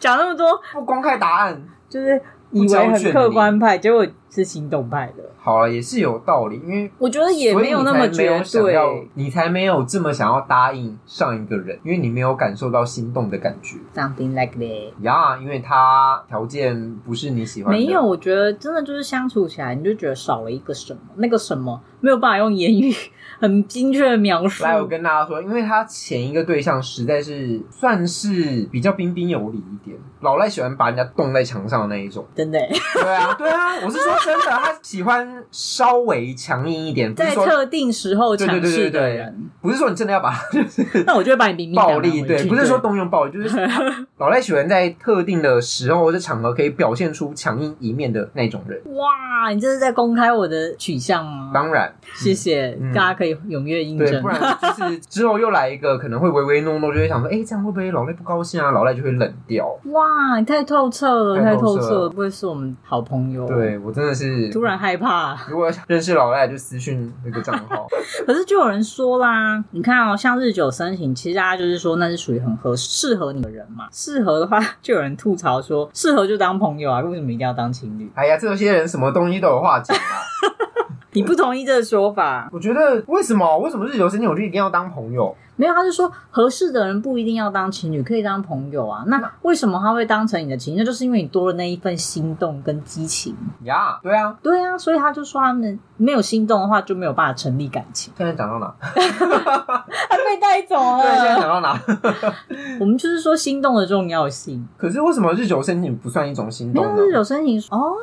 S1: 讲那么多
S2: 不公开答案，
S1: 就是以为很客观派，结果是行动派的，
S2: 好了，也是有道理，因为
S1: 我觉得也没有那么
S2: 所以
S1: 绝
S2: 你才没有想要
S1: 对。
S2: 你才没有这么想要答应上一个人，因为你没有感受到心动的感觉
S1: Something like that。
S2: 呀因为他条件不是你喜欢的，
S1: 没有，我觉得真的就是相处起来，你就觉得少了一个什么，那个什么没有办法用言语很精确的描述。
S2: 来，我跟大家说，因为他前一个对象实在是算是比较彬彬有礼一点，老赖喜欢把人家冻在墙上的那一 种。
S1: 真的欸
S2: 对啊，对啊，我是说真的，他喜欢稍微强硬一点，不是
S1: 在
S2: 说
S1: 特定时候
S2: 对
S1: 强
S2: 对对
S1: 势
S2: 对
S1: 的
S2: 对
S1: 人，，
S2: 不是说你真的要把他就是
S1: 那我就会把你明明
S2: 暴力，对，不是说动用暴力，就是他 老赖喜欢在特定的时候或者场合可以表现出强硬一面的那种人。
S1: 哇，啊你这是在公开我的取向吗？
S2: 当然，
S1: 谢谢，
S2: 嗯
S1: 大家可以踊跃应
S2: 对，
S1: 征
S2: 不。然就是之后又来一个可能会唯唯诺诺，就会想说，哎、这样会不会老赖不高兴啊？老赖就会冷掉。
S1: 哇，你太透彻了，
S2: 太
S1: 太
S2: 透彻
S1: 透
S2: 了
S1: 彻了，不会是我们好朋友？，
S2: 对我真的是
S1: 突然害怕。
S2: 如果认识老赖，就私讯那个账号。
S1: 可是就有人说啦，你看哦，像日久生情，其实大家就是说那是属于很合适合你的人嘛。适合的话，就有人吐槽说适合就当朋友啊，为什么一定要当情侣？
S2: 哎呀，这些人什么东西都有话讲啊！
S1: 你不同意这个说法？
S2: 我觉得为什么为什么日久生情，我就一定要当朋友？
S1: 没有，他是说合适的人不一定要当情侣，可以当朋友
S2: 嗯
S1: 啊。那为什么他会当成你的情侣？那就是因为你多了那一份心动跟激情。
S2: 呀、对啊。
S1: 对啊，所以他就说他们没有心动的话就没有办法成立感情。
S2: 现在讲到哪？
S1: 啊他被带走
S2: 对，现在
S1: 了。
S2: 讲到哪？
S1: 我们就是说心动的重要性。
S2: 可是为什么日久生情不算一种心
S1: 没
S2: 动
S1: 有日
S2: 呢？
S1: 久生情哦，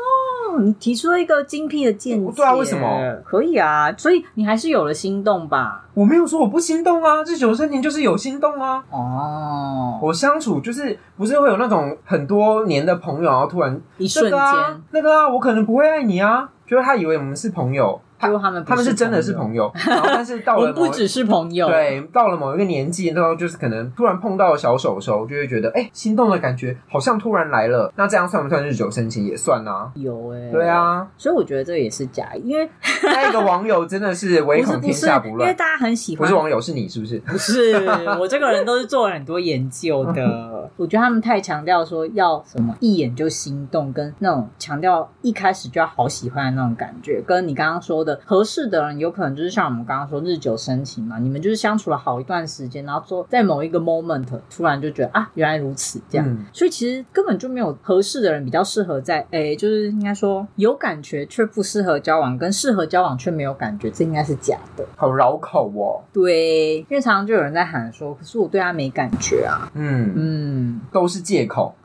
S1: 你提出了一个精辟的见解。
S2: 对啊为什么？
S1: 可以啊，所以你还是有了心动吧？
S2: 我没有说我不心动啊，日久生情就是有心动啊。
S1: 哦，
S2: 我相处就是不是会有那种很多年的朋友，然后突然
S1: 一瞬
S2: 这个
S1: 间
S2: 啊，那个啊，我可能不会爱你啊，就是他以为我们是朋友，他
S1: 结果他们不
S2: 他们是真的是
S1: 友，
S2: 朋友，然后但是到
S1: 我
S2: 了
S1: 们不
S2: 某
S1: 只是朋友。，
S2: 对，到了某一个年纪，然后就是可能突然碰到小手手，就会觉得哎、心动的感觉好像突然来了。那这样算不算日久生情？也算啊。
S1: 有哎、
S2: 对，啊，
S1: 所以我觉得这也是假，因为
S2: 那个网友真的是唯
S1: 不是
S2: 恐
S1: 不
S2: 天
S1: 是，
S2: 下不
S1: 因为
S2: 乱。
S1: 大家很喜
S2: 不
S1: 欢
S2: 是网友，是你是不是？
S1: 不是，我这个人都是做了很多研究的。我觉得他们太强调说要什么一眼就心动，跟那种强调一开始就要好喜欢的那种感觉，跟你刚刚说的合适的人，有可能就是像我们刚刚说日久生情嘛，你们就是相处了好一段时间，然后做在某一个 moment 突然就觉得啊，原来如此这样。
S2: 嗯
S1: 所以其实根本就没有合适的人比较适合在，诶、就是应该说有感觉却不适合交往，跟适合交往却没有感觉，这应该是假的。
S2: 好绕口哦。
S1: 对，因为常常就有人在喊说，可是我对他没感觉啊。
S2: 嗯，
S1: 嗯，
S2: 都是借口。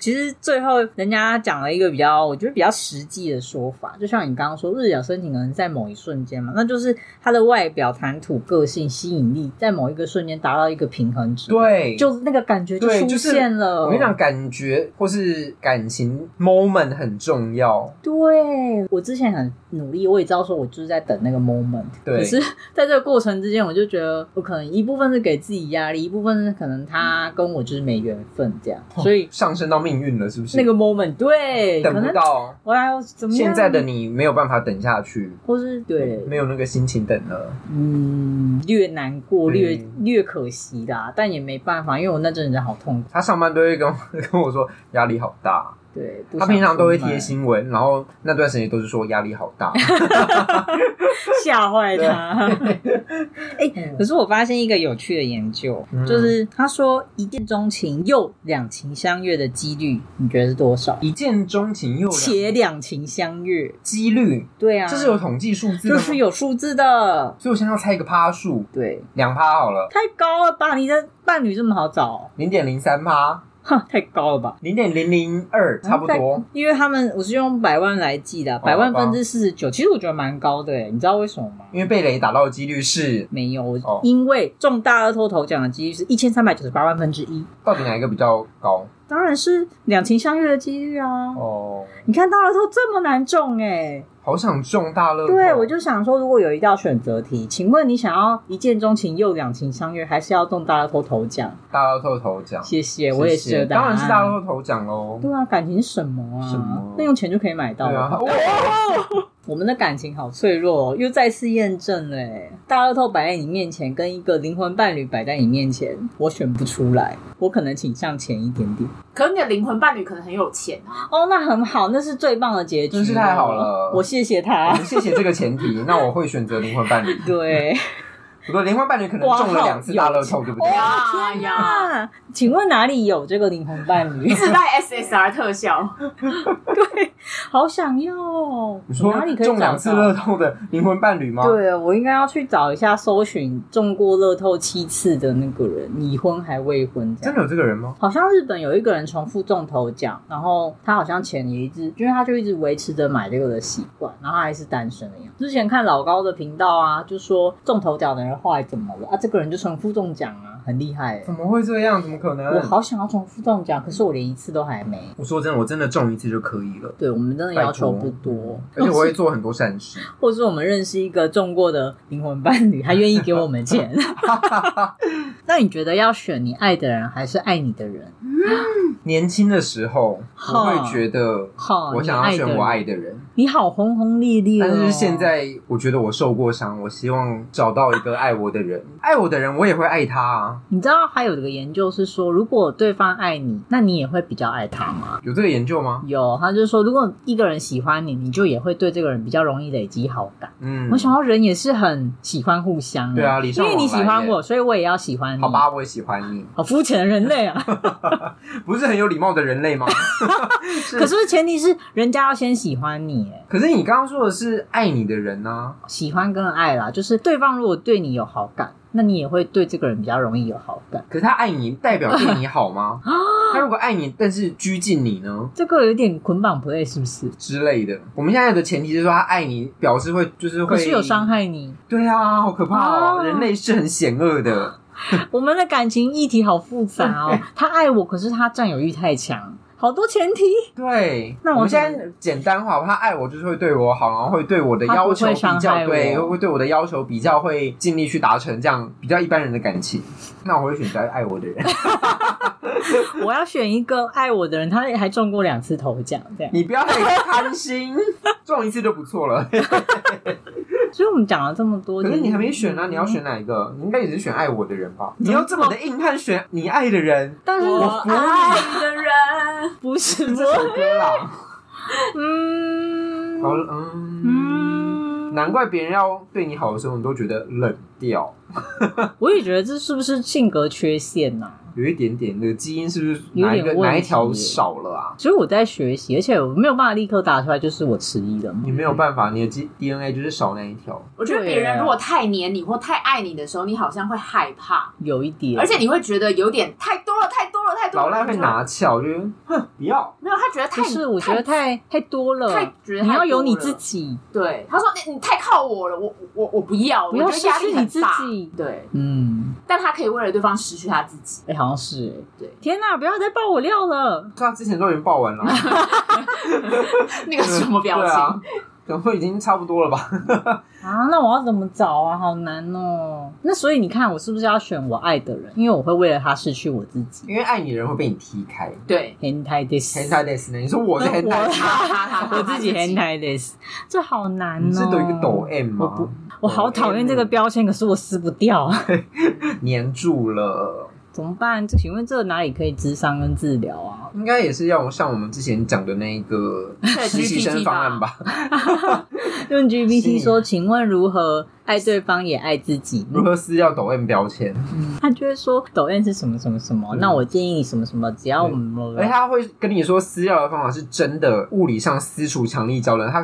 S1: 其实最后人家讲了一个比较，我觉得比较实际的说法，就像你刚刚说，日角申请人在某一瞬间嘛，那就是他的外表、谈吐、个性、吸引力，在某一个瞬间达到一个平衡值，，
S2: 对，
S1: 就呃那个感觉就
S2: 对
S1: 出
S2: 就是
S1: 现了。
S2: 我跟你讲，感觉或是感情 moment 很重要。
S1: 对我之前很努力，我也知道说我就是在等那个 moment，
S2: 对
S1: 可是在这个过程之间，我就觉得我可能一部分是给自己压力，一部分是可能他跟我就是没缘分这样，所以
S2: 上升到命运了，是不是？
S1: 那个 moment 对，
S2: 等
S1: 可
S2: 不
S1: 能
S2: 到，
S1: 我还要怎么样
S2: 现在的，你没有办法等下去，
S1: 或是对，
S2: 没有那个心情等了。
S1: 嗯，略难过，
S2: 嗯
S1: 略略可惜啦，但也没办法，因为我那阵子好痛苦，
S2: 他上班都会跟我 跟我说压力好大，
S1: 对，不
S2: 他
S1: 想
S2: 平常都会贴
S1: 出
S2: 新闻，然后那段时间都是说压力好 大。
S1: 门，吓坏他。哎、 可是我发现一个有趣的研究，
S2: 嗯
S1: 就是他说一见钟情又两情相悦的几率，你觉得是多少？
S2: 一见钟情又
S1: 且
S2: 两
S1: 两情相悦，
S2: 几率，
S1: 对啊，
S2: 这是有统计数字
S1: 就
S2: 的吗？
S1: 是，有数字的，
S2: 所以我现在要猜一个趴数，
S1: 对，
S2: 两趴好了，
S1: 太高了吧？你的伴侣这么好找哦、
S2: 零点零三趴，
S1: 哼，太高了吧？
S2: 零点零零二，差不多。哦
S1: 因为他们我是用百万来计的，啊百万分之四十九，其实我觉得蛮高的欸诶，你知道为什么吗？
S2: 因为被雷打到的几率是
S1: 没有，我
S2: 哦
S1: 因为中大乐透头奖的几率是一千三百九十八万分之一，
S2: 到底哪一个比较高？
S1: 当然是两情相悦的几率啊。
S2: 哦，
S1: 你看大乐透这么难中诶，
S2: 好想中大乐透。
S1: 对我就想说，如果有一道选择题，请问你想要一见钟情又两情相悦，还是要中大乐透头奖？
S2: 大乐透头奖，
S1: 谢谢，我也
S2: 谢
S1: 是
S2: 谢
S1: 的答
S2: 当
S1: 案
S2: 然是大乐。透头奖喽。
S1: 对啊，感情是什么啊？
S2: 什么
S1: 那用钱就可以买到
S2: 对
S1: 了
S2: 啊
S1: 吧，
S2: 哦
S1: 我们的感情好脆弱、哦，又再次验证了耶大乐透摆在你面前，跟一个灵魂伴侣摆在你面前，我选不出来，我可能倾向前一点点。
S4: 可你的灵魂伴侣可能很有钱啊，
S1: 哦，那很好，那是最棒的结局，
S2: 真是太好了
S1: 我谢谢他
S2: 我。们谢谢这个前提，那我会选择灵魂伴侣。
S1: 对，
S2: 我的灵魂伴侣可能中了两次大乐透，对
S1: 哦
S2: 不对？
S4: 呀呀，
S1: 啊，请问哪里有这个灵魂伴 侣？
S4: 自带 SSR 特效，
S1: 好想要哦！
S2: 你说
S1: 哪里可以
S2: 中
S1: 找
S2: 两次
S1: 到
S2: 乐？透的灵魂伴侣吗？，
S1: 对，我应该要去找一下，搜寻中过乐透七次的那个人，已婚还未婚这
S2: 真
S1: 样。
S2: 的有这个人吗？
S1: 好像日本有一个人重复中头奖，然后他好像钱也一直，因为他就一直维持着买这个的习惯，然后他还是单身的样子。之前看老高的频道啊，就说中头奖的人后来怎么了啊？这个人就重复中奖啊，很厉害、欸
S2: 怎。么会这样？怎么可能？
S1: 我好想要重复中奖，啊可是我连一次都还没。
S2: 我说真的，我真的中一次就可以了，
S1: 对我们真的要求不
S2: 拜
S1: 多，
S2: 而且我会做很多 善事。
S1: 或者是我们认识一个中过的灵魂 伴侣，他愿意给我们钱。那你觉得要选你爱的人还是爱你的人？
S2: 年轻的时候，我
S1: 哈
S2: 会觉得
S1: 好，
S2: 我想要选我爱的人，
S1: 你好轰轰烈烈、哦，
S2: 但是现在我觉得我受过伤，我希望找到一个爱我的人，爱我的人我也会爱他啊。
S1: 你知道还有一个研究是说，如果对方爱你，那你也会比较爱他吗？
S2: 有这个研究吗？
S1: 有，他就说，如果一个人喜欢你，你就也会对这个人比较容易累积好感。
S2: 嗯，
S1: 我想到人也是很喜欢互相的，
S2: 对啊礼
S1: 因
S2: 尚
S1: 为你
S2: 往来
S1: 喜欢
S2: 耶
S1: 我，所以我也要喜欢你。
S2: 好，吧，我也喜欢你，
S1: 好肤浅的人类 啊！
S2: 不是很有礼貌的人类吗？
S1: 可是前提是人家要先喜欢你，哎，
S2: 可是你刚刚说的是爱你的人呢、
S1: 喜欢跟爱啦，就是对方如果对你有好感，那你也会对这个人比较容易有好感。
S2: 可是他爱你代表对你好 吗？
S1: 啊
S2: 他如果爱你，但是拘禁你呢
S1: 这个有点捆绑 play 是不是？
S2: 之类的？我们现在的前提是说他爱你，表示会就是会
S1: 可是有伤。害你。
S2: 对啊，好可怕哦！
S1: 啊
S2: 人类是很险恶的。
S1: 我们的感情议题好复杂 哦，他爱我，可是他占有欲太强，好多前提。
S2: 对，
S1: 那我
S2: 我们
S1: 怎
S2: 现
S1: 么
S2: 在简单化，他爱我就是会对我好，然后会对我的要
S1: 他不
S2: 求
S1: 会
S2: 比
S1: 伤害
S2: 较
S1: 我
S2: 对，会对我的要求比较会尽力去达成，这样比较一般人的感情。那我会选择爱我的 人。
S1: 我要选一个爱我的人，他还中过两次头奖，这样。
S2: 你不要太贪心，中一次就不错了。
S1: 所以我们讲了这么多，
S2: 可是
S1: 就是
S2: 你还没选啊，你要选哪一个？你应该也是选爱我的人吧？你要这么的硬汉选你爱的人，
S1: 但是
S4: 我爱你的人，
S1: 不是
S2: 这
S1: 我，
S2: 首 歌啦。
S1: 嗯
S2: 好，嗯
S1: 嗯，
S2: 难怪别人要对你好的时候，你都觉得冷掉，
S1: 我也觉得这是不是性格缺陷啊呢、
S2: 有一点点那个基因是不是哪一
S1: 有
S2: 个
S1: 点问题
S2: 哪一条少了啊？
S1: 所以我在学习，而且我没有办法立刻打出来，就是我迟疑了嘛。
S2: 你没有办法，你的基 DNA 就是少那一条。
S4: 我觉得别人如果太黏你或太爱你的时候，你好像会害怕，
S1: 有一点，
S4: 而且你会觉得有点太多了，太多了，太多了。
S2: 老赖会拿翘，就是哼，不要。
S4: 没有，他觉得太
S1: 不是，我觉得太太多了，
S4: 太觉得
S1: 你
S4: 太
S1: 要有
S4: 多
S1: 你
S4: 了
S1: 自己。
S4: 对，他说你你太靠我了，我我我不要，
S1: 不要
S4: 我觉得压
S1: 失去
S4: 力
S1: 你
S4: 很
S1: 自
S4: 大
S1: 己
S4: 对，
S1: 嗯，
S4: 但他可以为了对方失去他自己。
S1: 哎、好像是哎、
S4: 对
S1: 天哪，不要再爆我料了。
S2: 他之前都已经报完了， 啊
S4: 那个是什么表
S2: 对
S4: 情？
S2: 啊，然后已经差不多了吧？
S1: 啊，那我要怎么找啊？好难哦。那所以你看，我是不是要选我爱的人？因为我会为了他失去我自己。
S2: 因为爱你的人会被你踢开。
S4: 对，
S1: hentai this，
S2: hentai des 呢？你说我是 hentai，
S1: 我
S4: 哈哈哈 哈
S1: 我自己 hentai this，这 好难哦。
S2: 你是抖一个抖欸 M
S1: 我
S2: 吗
S1: 不？我好讨厌这个标签，可是我撕不掉，啊
S2: 粘住了，
S1: 怎么办？请问这哪里可以智商跟治疗啊？
S2: 应该也是要像我们之前讲的那一个实习生方案吧？
S1: 用 GPT
S2: 是
S1: 说，请问如何爱对方也爱自己？
S2: 如何撕掉抖 M 标签？
S1: 他就会说抖 M 是什么什么什么，
S2: 嗯
S1: 那我建议你什么什么，只要我们
S2: 而且他会跟你说撕掉的方法是真的，物理上撕除强力胶的，他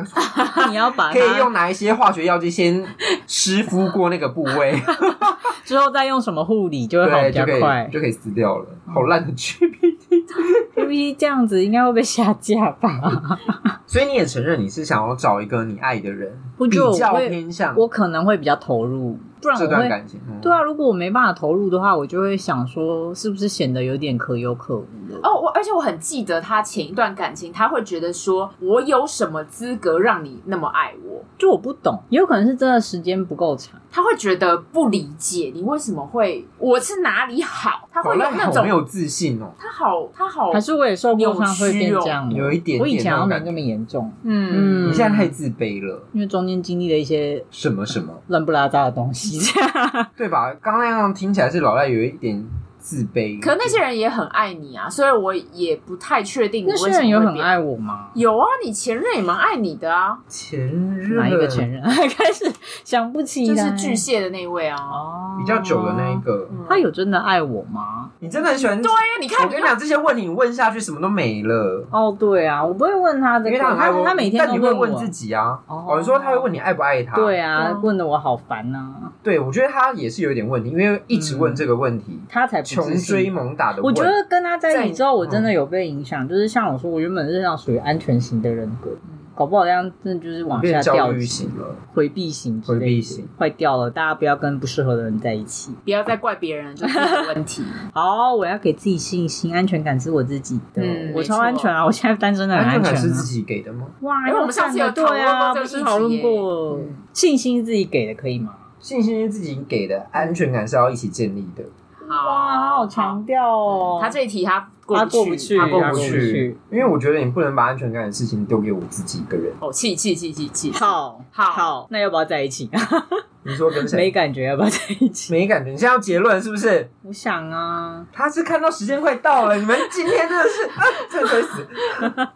S1: 你要把它
S2: 可以用哪一些化学药剂先湿敷过那个部 位，
S1: 之后再用什么护理就会好
S2: 对，
S1: 比较
S2: 就可
S1: 快嗯
S2: 以。就可以撕掉了。好烂的 GPT，
S1: PPT 这样子应该会被下架 吧？
S2: 所以你也承认你是想要找一个你爱的人，
S1: 我
S2: 比
S1: 觉得我
S2: 较
S1: 会，
S2: 偏向
S1: 我可能会比较投入，不然
S2: 这
S1: 我
S2: 段
S1: 会。
S2: 感情。嗯
S1: 对啊，如果我没办法投入的话，我就会想说，是不是显得有点可有可无了？
S4: 哦，我而且我很记得他前一段感情，他会觉得说我有什么资格让你那么爱我？
S1: 就我不懂，也有可能是真的时间不够长。
S4: 他会觉得不理解你为什么会我是哪里好？他
S2: 好
S4: 会有
S2: 烂，
S4: 那
S2: 好没
S4: 种
S2: 有自信哦，
S4: 他好他好
S1: 还是我也受过伤会变这样吗？
S2: 哦有一点点
S1: 我以前好像
S2: 那
S1: 没那
S2: 种感
S1: 么严严重，
S2: 你
S4: 嗯，
S2: 现在太自卑了，
S1: 因为中间经历了一些
S2: 什么什么，
S1: 乱不拉杂的东 西，这样
S2: 对吧？刚刚那样听起来是老赖有一点自卑，
S4: 可那些人也很爱你啊，所以我也不太确定你
S1: 那些
S4: 为什么
S1: 人有很
S4: 会变
S1: 爱我吗？
S4: 有啊，你前任也蛮爱你的啊，
S2: 前任
S1: 哪一个前任？ 开始想不起
S4: 就
S1: 来，
S4: 是巨蟹的那位啊。
S1: 哦，
S2: 比较久的那一个，
S4: 嗯
S1: 哎他有真的爱我吗？
S2: 你真的很喜欢。
S4: 对啊，你看
S2: 我跟你讲，这些问题你问下去什么都没了，
S1: 哦，对啊，我不会问他的，
S2: 因为他很爱我。
S1: 他每天
S2: 但
S1: 都
S2: 你会
S1: 问
S2: 问
S1: 我
S2: 自。己啊。
S1: 哦
S2: 哦，你说他会问你爱不爱他？
S1: 对啊，
S4: 嗯
S1: 问的我好烦啊呐、
S2: 对，我觉得他也是有一点问题，因为一直问这个问题，
S1: 他才不自
S2: 穷
S1: 信
S2: 追猛打的问。
S1: 嗯我觉得跟他在一起之后，
S2: 在
S1: 我真的有被影响。就是像我说，我原本是那种属于安全型的人格，搞不好这样真的就是往下
S2: 变
S1: 掉
S2: 焦虑型了，
S1: 回避型之类的，
S2: 回避型
S1: 坏掉了。大家不要跟不适合的人在一起。
S4: 不要再怪别人，就是自己的问题。
S1: 好，我要给自己信心，安全感是我自己的。
S4: 嗯
S1: 我超
S4: 没错
S1: 安全啊！我现在单身的很
S2: 安
S1: 安
S2: 全
S1: 全、
S2: 感
S1: 啊。
S2: 是自己给的吗？
S1: 哇，
S4: 哎我们上次有讨论过
S1: 对啊，
S4: 这个
S1: 不是
S4: 议题
S1: 讨论
S4: 耶
S1: 过、信心是自己给的，可以吗？
S2: 信心是自己给的，安全感是要一起建立的。
S1: 哇，好好强调哦！
S4: 嗯他这一题他
S1: 他
S4: 过
S1: 过不
S4: 不
S1: 去
S4: 他
S1: 对
S4: 过
S1: 他
S4: 不
S1: 过
S4: 去。
S1: 不去
S2: 因为我觉得你不能把安全感的事情丢给我自己一个人。
S4: 哦，气气气气气！
S1: 好
S4: 好
S1: 好，那要不要在一起？
S2: 你说跟
S1: 没
S2: 谁？
S1: 感觉，要不要在一起？
S2: 没感觉。你现在要结论是不是？
S1: 我想啊，
S2: 他是看到时间快到了，你们今天真的是，啊、真的会死。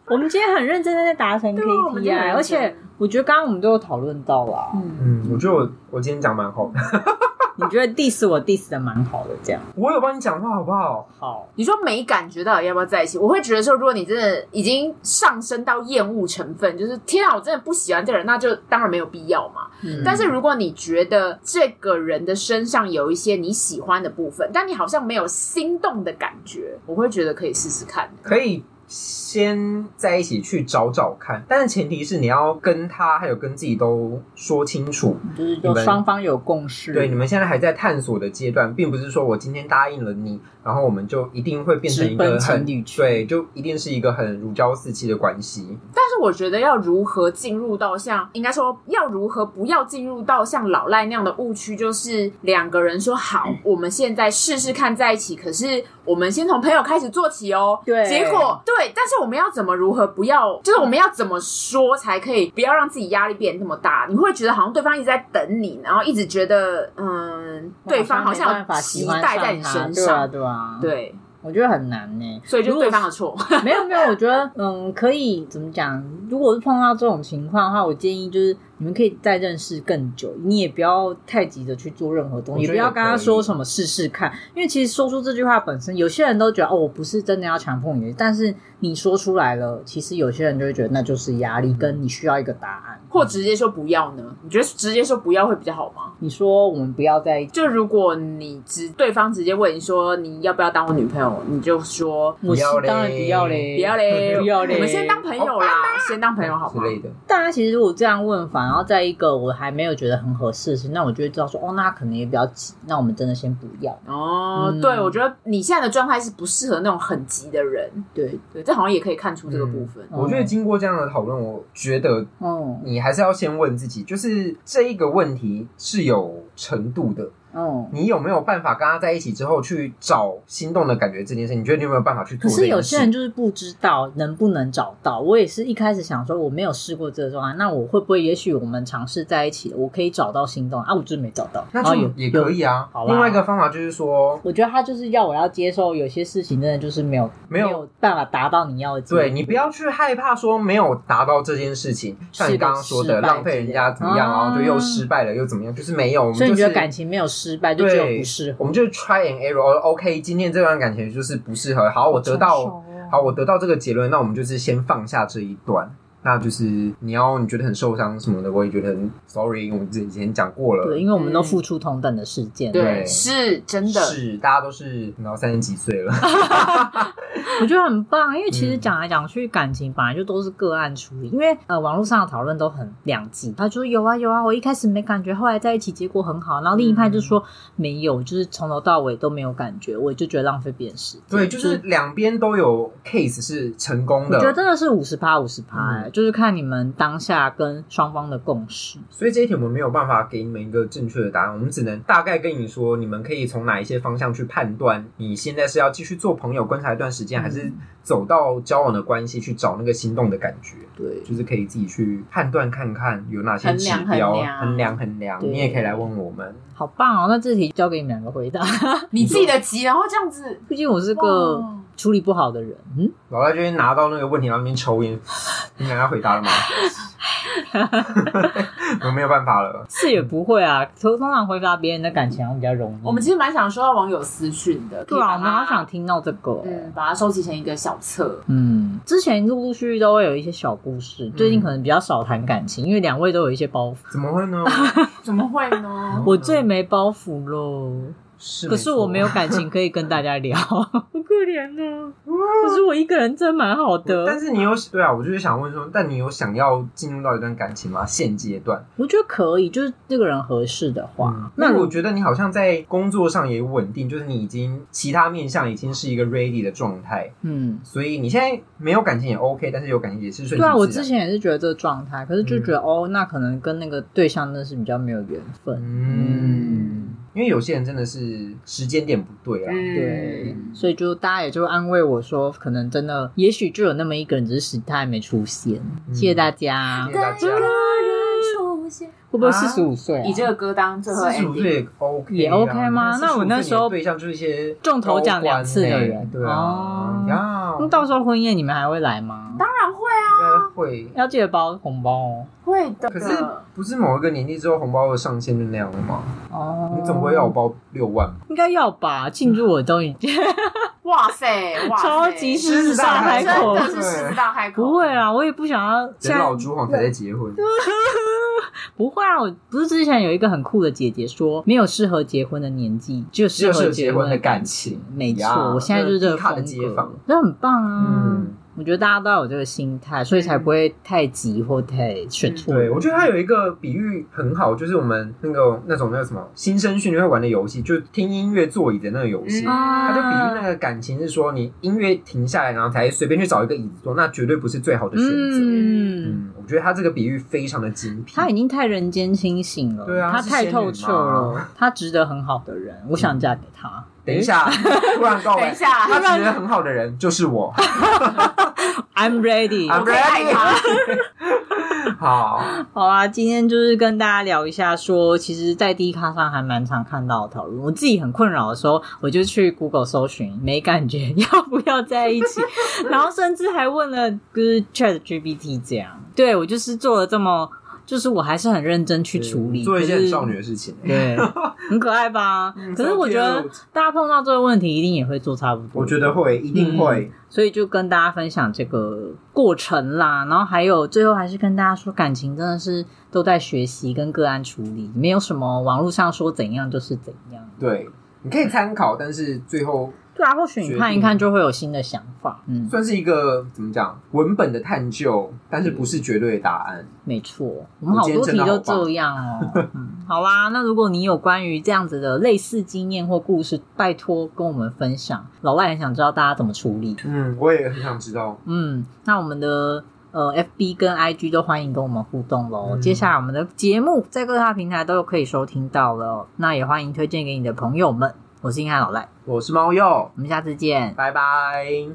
S1: 我们今天很认真的在达成
S4: 对啊我们
S1: KPI，、
S4: 今天很认真
S1: 而且我觉得刚刚我们都有讨论到啦。
S4: 嗯，
S2: 嗯，我觉得我我今天讲蛮好的，
S1: 你觉得 diss 我 diss 的蛮好的，这样
S2: 我有帮你讲话好不好？
S1: 好
S4: 你说没感觉到底要不要在一起？我会觉得说，如果你真的已经上升到厌恶成分，就是天啊，我真的不喜欢这个人，那就当然没有必要嘛。
S1: 嗯
S4: 但是如果你觉得这个人的身上有一些你喜欢的部分，但你好像没有心动的感觉，我会觉得可以试试看。
S2: 可以先在一起去找找看，但是前提是你要跟他还有跟自己都说清楚。
S1: 就是
S2: 你
S1: 就
S2: 们
S1: 双方有共识，
S2: 对，你们现在还在探索的阶段，并不是说我今天答应了你，然后我们就一定会变成一
S1: 直
S2: 个
S1: 奔
S2: 很
S1: 情侣去
S2: 对，就一定是一个很如胶似漆的关系。
S4: 但是我觉得要如何进入到像，应该说要如何不要进入到像老赖那样的误区，就是两个人说好，
S1: 嗯
S4: 我们现在试试看在一起，可是我们先从朋友开始做起哦。
S1: 对
S4: 结果对，但是我们要怎么如何不要，就是我们要怎么说才可以不要让自己压力变那么大？你会觉得好像对方一直在等你，然后一直觉得嗯，对方好
S1: 没
S4: 像
S1: 办法
S4: 有
S1: 喜
S4: 期
S1: 欢
S4: 待在
S1: 上
S4: 你
S1: 他
S4: 身
S1: 对啊
S4: 上，
S1: 对啊，，
S4: 对，
S1: 我觉得很难呢。
S4: 所以就
S1: 如
S4: 是
S1: 果
S4: 对方的错。
S1: 没有没有，我觉得嗯，可以怎么讲？如果是碰到这种情况的话，我建议就是你们可以再认识更久，你也不要太急着去做任何东西，
S2: 我
S1: 也
S2: 觉
S1: 不
S2: 得
S1: 要跟他
S2: 可以
S1: 说什么试试看，因为其实说出这句话本身，有些人都觉得哦，我不是真的要强迫你，但是你说出来了，其实有些人就会觉得那就是压力，跟你需要一个答案。
S4: 或直接说不要呢？你觉得直接说不要会比较好吗？
S1: 你说我们不要再，
S4: 就如果你直对方直接问你说你要不要当我女朋友，你就说
S1: 我是
S2: 要嘞
S1: 当然不要嘞，
S4: 不要嘞，
S1: 不要嘞
S4: 我们先当朋友啦，先当
S1: 哎
S4: 朋友好
S2: 啊之
S4: 吗？
S2: 类的，
S1: 大家其实如果这样问法，然后在一个我还没有觉得很合适的事情，那我就会知道说，哦，那他可能也比较急，那我们真的先不要。
S4: 哦，
S1: 嗯
S4: 对，我觉得你现在的状态是不适合那种很急的人，
S1: 对，
S4: 对，这好像也可以看出这个部分。
S1: 嗯
S2: 我觉得经过这样的讨论，我觉得
S1: 嗯
S2: 你还是要先问自己，就是这一个问题是有程度的，
S1: 嗯。
S2: 你有没有办法跟他在一起之后去找心动的感觉这件事？你觉得你有没有办法去
S1: 可
S2: 做这件事？
S1: 是有些人就是不知道能不能找到。我也是一开始想说，我没有试过这个状态，那我会不会？也许我们尝试在一起，我可以找到心动啊，我就是没找到。
S2: 那
S1: 然后
S2: 就
S1: 哦有
S2: 也可。
S1: 有
S2: 以啊
S1: 好。啦
S2: 另外一个方法就是说，
S1: 我觉得他就是要我要接受有些事情，真的就是没有
S2: 没有
S1: 办法达到你要的结果。
S2: 对你不要去害怕说没有达到这件事情，像你刚刚说
S1: 是
S2: 的，
S1: 个
S2: 浪费人家怎么样，
S1: 啊
S2: 然后就又失败了又怎么样，就是没有。我们
S1: 所以你觉得感
S2: 情
S1: 情没有失败，就只有
S2: 对
S1: 不适合。
S2: 我们就是 try and error。OK，今哦天这段感情就是不适合。好，我得到好，我得到这个结论，那我们就是先放下这一段。那就是你要你觉得很受伤什么的，我也觉得很 sorry，我们之前讲过了。
S1: 对，因为我们都付出同等的时间。
S2: 对
S4: 是真的，
S2: 是，大家都是然后三十几 岁了，
S1: 我觉得很棒，因为其实
S2: 嗯
S1: 讲来讲去，感情本来就都是个案处理，因为呃，网络上的讨论都很两极，他就说有啊有啊，我一开始没感觉，后来在一起结果很好，然后另一派
S2: 嗯
S1: 就说、没有，就是从头到尾都没有感觉，我就觉得浪费别人时间。
S2: 对，就是两边都有 case 是成功
S1: 我觉得
S2: 的，
S1: 真的是五十趴五十趴，
S2: 嗯
S1: 欸就是看你们当下跟双方的共识。
S2: 所以这一题我们没有办法给你们一个正确的答案，我们只能大概跟你说，你们可以从哪一些方向去判断，你现在是要继续做朋友观察一段时间，间，还
S1: 嗯
S2: 是走到交往的关系去找那个心动的感觉，
S1: 对
S2: 就是可以自己去判断看看有哪些
S4: 衡
S2: 指
S4: 量
S2: 标
S4: 衡量
S2: 衡量衡量。
S1: 对
S2: 你也可以来问我们，
S1: 好棒哦！那这题交给你们两个回答，
S4: 你自己的急，然后这样子，
S1: 毕竟我是个嗯
S4: 哇
S1: 处理不好的人。嗯，
S2: 老赖就会拿到那个问题，然后那边抽烟。 你想要 回答了吗？我没有办法了。
S1: 是也不会啊，通通常回答别人的感情好像比较容易。
S4: 我们其实蛮想收到网友私讯的，
S1: 对啊，我们好
S4: 好
S1: 想，听到这个哦。
S4: 嗯，把它收集成一个小册。
S1: 嗯，之前陆陆续续都会有一些小故事，最近可能比较少谈感情，因为两位都有一些包袱。
S2: 怎么会呢？
S4: 怎么会呢？
S1: 我最没包袱喽，
S2: 是，
S1: 可是我没有。感情可以跟大家聊，好可怜哦。可是我一个人真蛮好
S2: 但
S1: 的，
S2: 是你有对啊，我就是想问说，但你有想要进入到一段感情吗？现阶段，
S1: 我觉得可以，就是这个人合适的话。那
S2: 那
S1: 如
S2: 我觉得你好像在工作上也稳定，就是你已经其他面向已经是一个 ready 的状态，
S1: 嗯，
S2: 所以你现在没有感情也 OK，但是有感情也是顺其自
S1: 对
S2: 然。
S1: 啊，我之前也是觉得这个状态，可是就觉得、哦，那可能跟那个对象那是比较没有缘分，
S2: 嗯，因为有些人真的是时间点不对啊。
S1: 对
S4: 嗯，
S1: 所以就大家也就安慰我说，可能真的，也许就有那么一个人，只是他还没出现。谢谢大家
S2: 嗯谢谢。大家。
S4: 出现，
S1: 会不会四十五岁啊？
S4: 以这个歌当最后
S2: 四十五
S4: ending，
S2: 岁也 OK，啊
S1: 也 OK 吗
S2: 45
S1: 那我那时候
S2: 岁你的对象就是一些
S1: 中头奖两次的人
S2: 高官欸对
S1: 哦
S2: 啊，呀
S1: 那到时候婚宴你们还会来吗？
S4: 当然会啊，
S2: 应该会。
S1: 要记得包红包哦。
S4: 会的。
S2: 可是不是某一个年纪之后红包的上限就那样了吗？
S1: 哦，
S2: 你总不会要我？包六万吧？
S1: 应该要吧，庆祝我都已经
S4: 哇塞，哇塞，
S1: 超级狮子大开口
S4: 真的是狮子大开口，
S1: 不会啊，我也不想要。现
S2: 人
S1: 在
S2: 老珠黄才在结婚，
S1: 不会啊，我不是之前有一个很酷的姐姐说，没有适合结婚的年纪，只有适
S2: 只有适
S1: 合
S2: 合结
S1: 婚
S2: 婚的
S1: 感
S2: 感情
S1: 没错，
S2: 呀
S1: 我现在就是这个
S2: 这是 D 卡的
S1: 风
S2: 街
S1: 格
S2: 坊，
S1: 那很棒啊。
S2: 嗯
S1: 我觉得大家都要有这个心态，所以才不会太急或太选错。
S2: 嗯对，我觉得他有一个比喻很好，就是我们那个那种那个什么新生训练会玩的游戏，就是听音乐座椅的那个游戏。
S4: 嗯
S2: 他
S1: 啊
S2: 就比喻那个感情是说，你音乐停下来，然后才随便去找一个椅子坐，那绝对不是最好的选择。
S1: 嗯，
S2: 嗯，我觉得他这个比喻非常的精辟。
S1: 他已经太人间清醒了，
S2: 对啊
S1: 他
S2: 是
S1: 太
S2: 仙
S1: 透
S2: 女
S1: 彻
S2: 嘛
S1: 了，他值得很好的人，我想嫁给他。
S2: 等一下，突然告白，
S4: 等一下
S2: 他觉得很好的人就是我。
S1: I'm ready。
S2: I'm
S4: 我可以爱他。
S2: 好，
S1: 好啊，今天就是跟大家聊一下说其实，在 D 咖上还蛮常看到的讨论。我自己很困扰的时候，我就去 Google 搜寻，没感觉要不要在一 起，然后甚至还问了就是 Chat GPT 这样。对我就是做了这么，就是我还是很认真去处理，
S2: 做一些
S1: 可
S2: 很
S1: 是
S2: 少女的嗯事情。
S1: 对，很可爱 吧？可是我觉
S2: 超
S1: 得
S2: 贴
S1: 大家碰到这个问题，一定也会做差不多。
S2: 我觉得会，一定会。
S1: 所以就跟大家分享这个过程啦，然后还有最后还是跟大家说，感情真的是都在学习跟个案处理，没有什么网络上说怎样就是怎样。
S2: 对，你可以参考，但是最后
S1: 对啊，或许你看一看就会有新的想法。嗯，
S2: 算是一个怎么讲文本的探究，但是不是绝对的答案。
S1: 没错，我们好多题都这样哦。嗯，好啦，那如果你有关于这样子的类似经验或故事，拜托跟我们分享，老外很想知道大家怎么处理。
S2: 嗯，我也很想知道。
S1: 嗯，那我们的呃 FB 跟 IG 都欢迎跟我们互动喽。
S2: 嗯
S1: 接下来我们的节目在各大平台都可以收听到了，哦那也欢迎推荐给你的朋友们。我是硬汉老赖，
S2: 我是猫鼬，
S1: 我们下次见，
S2: 拜拜。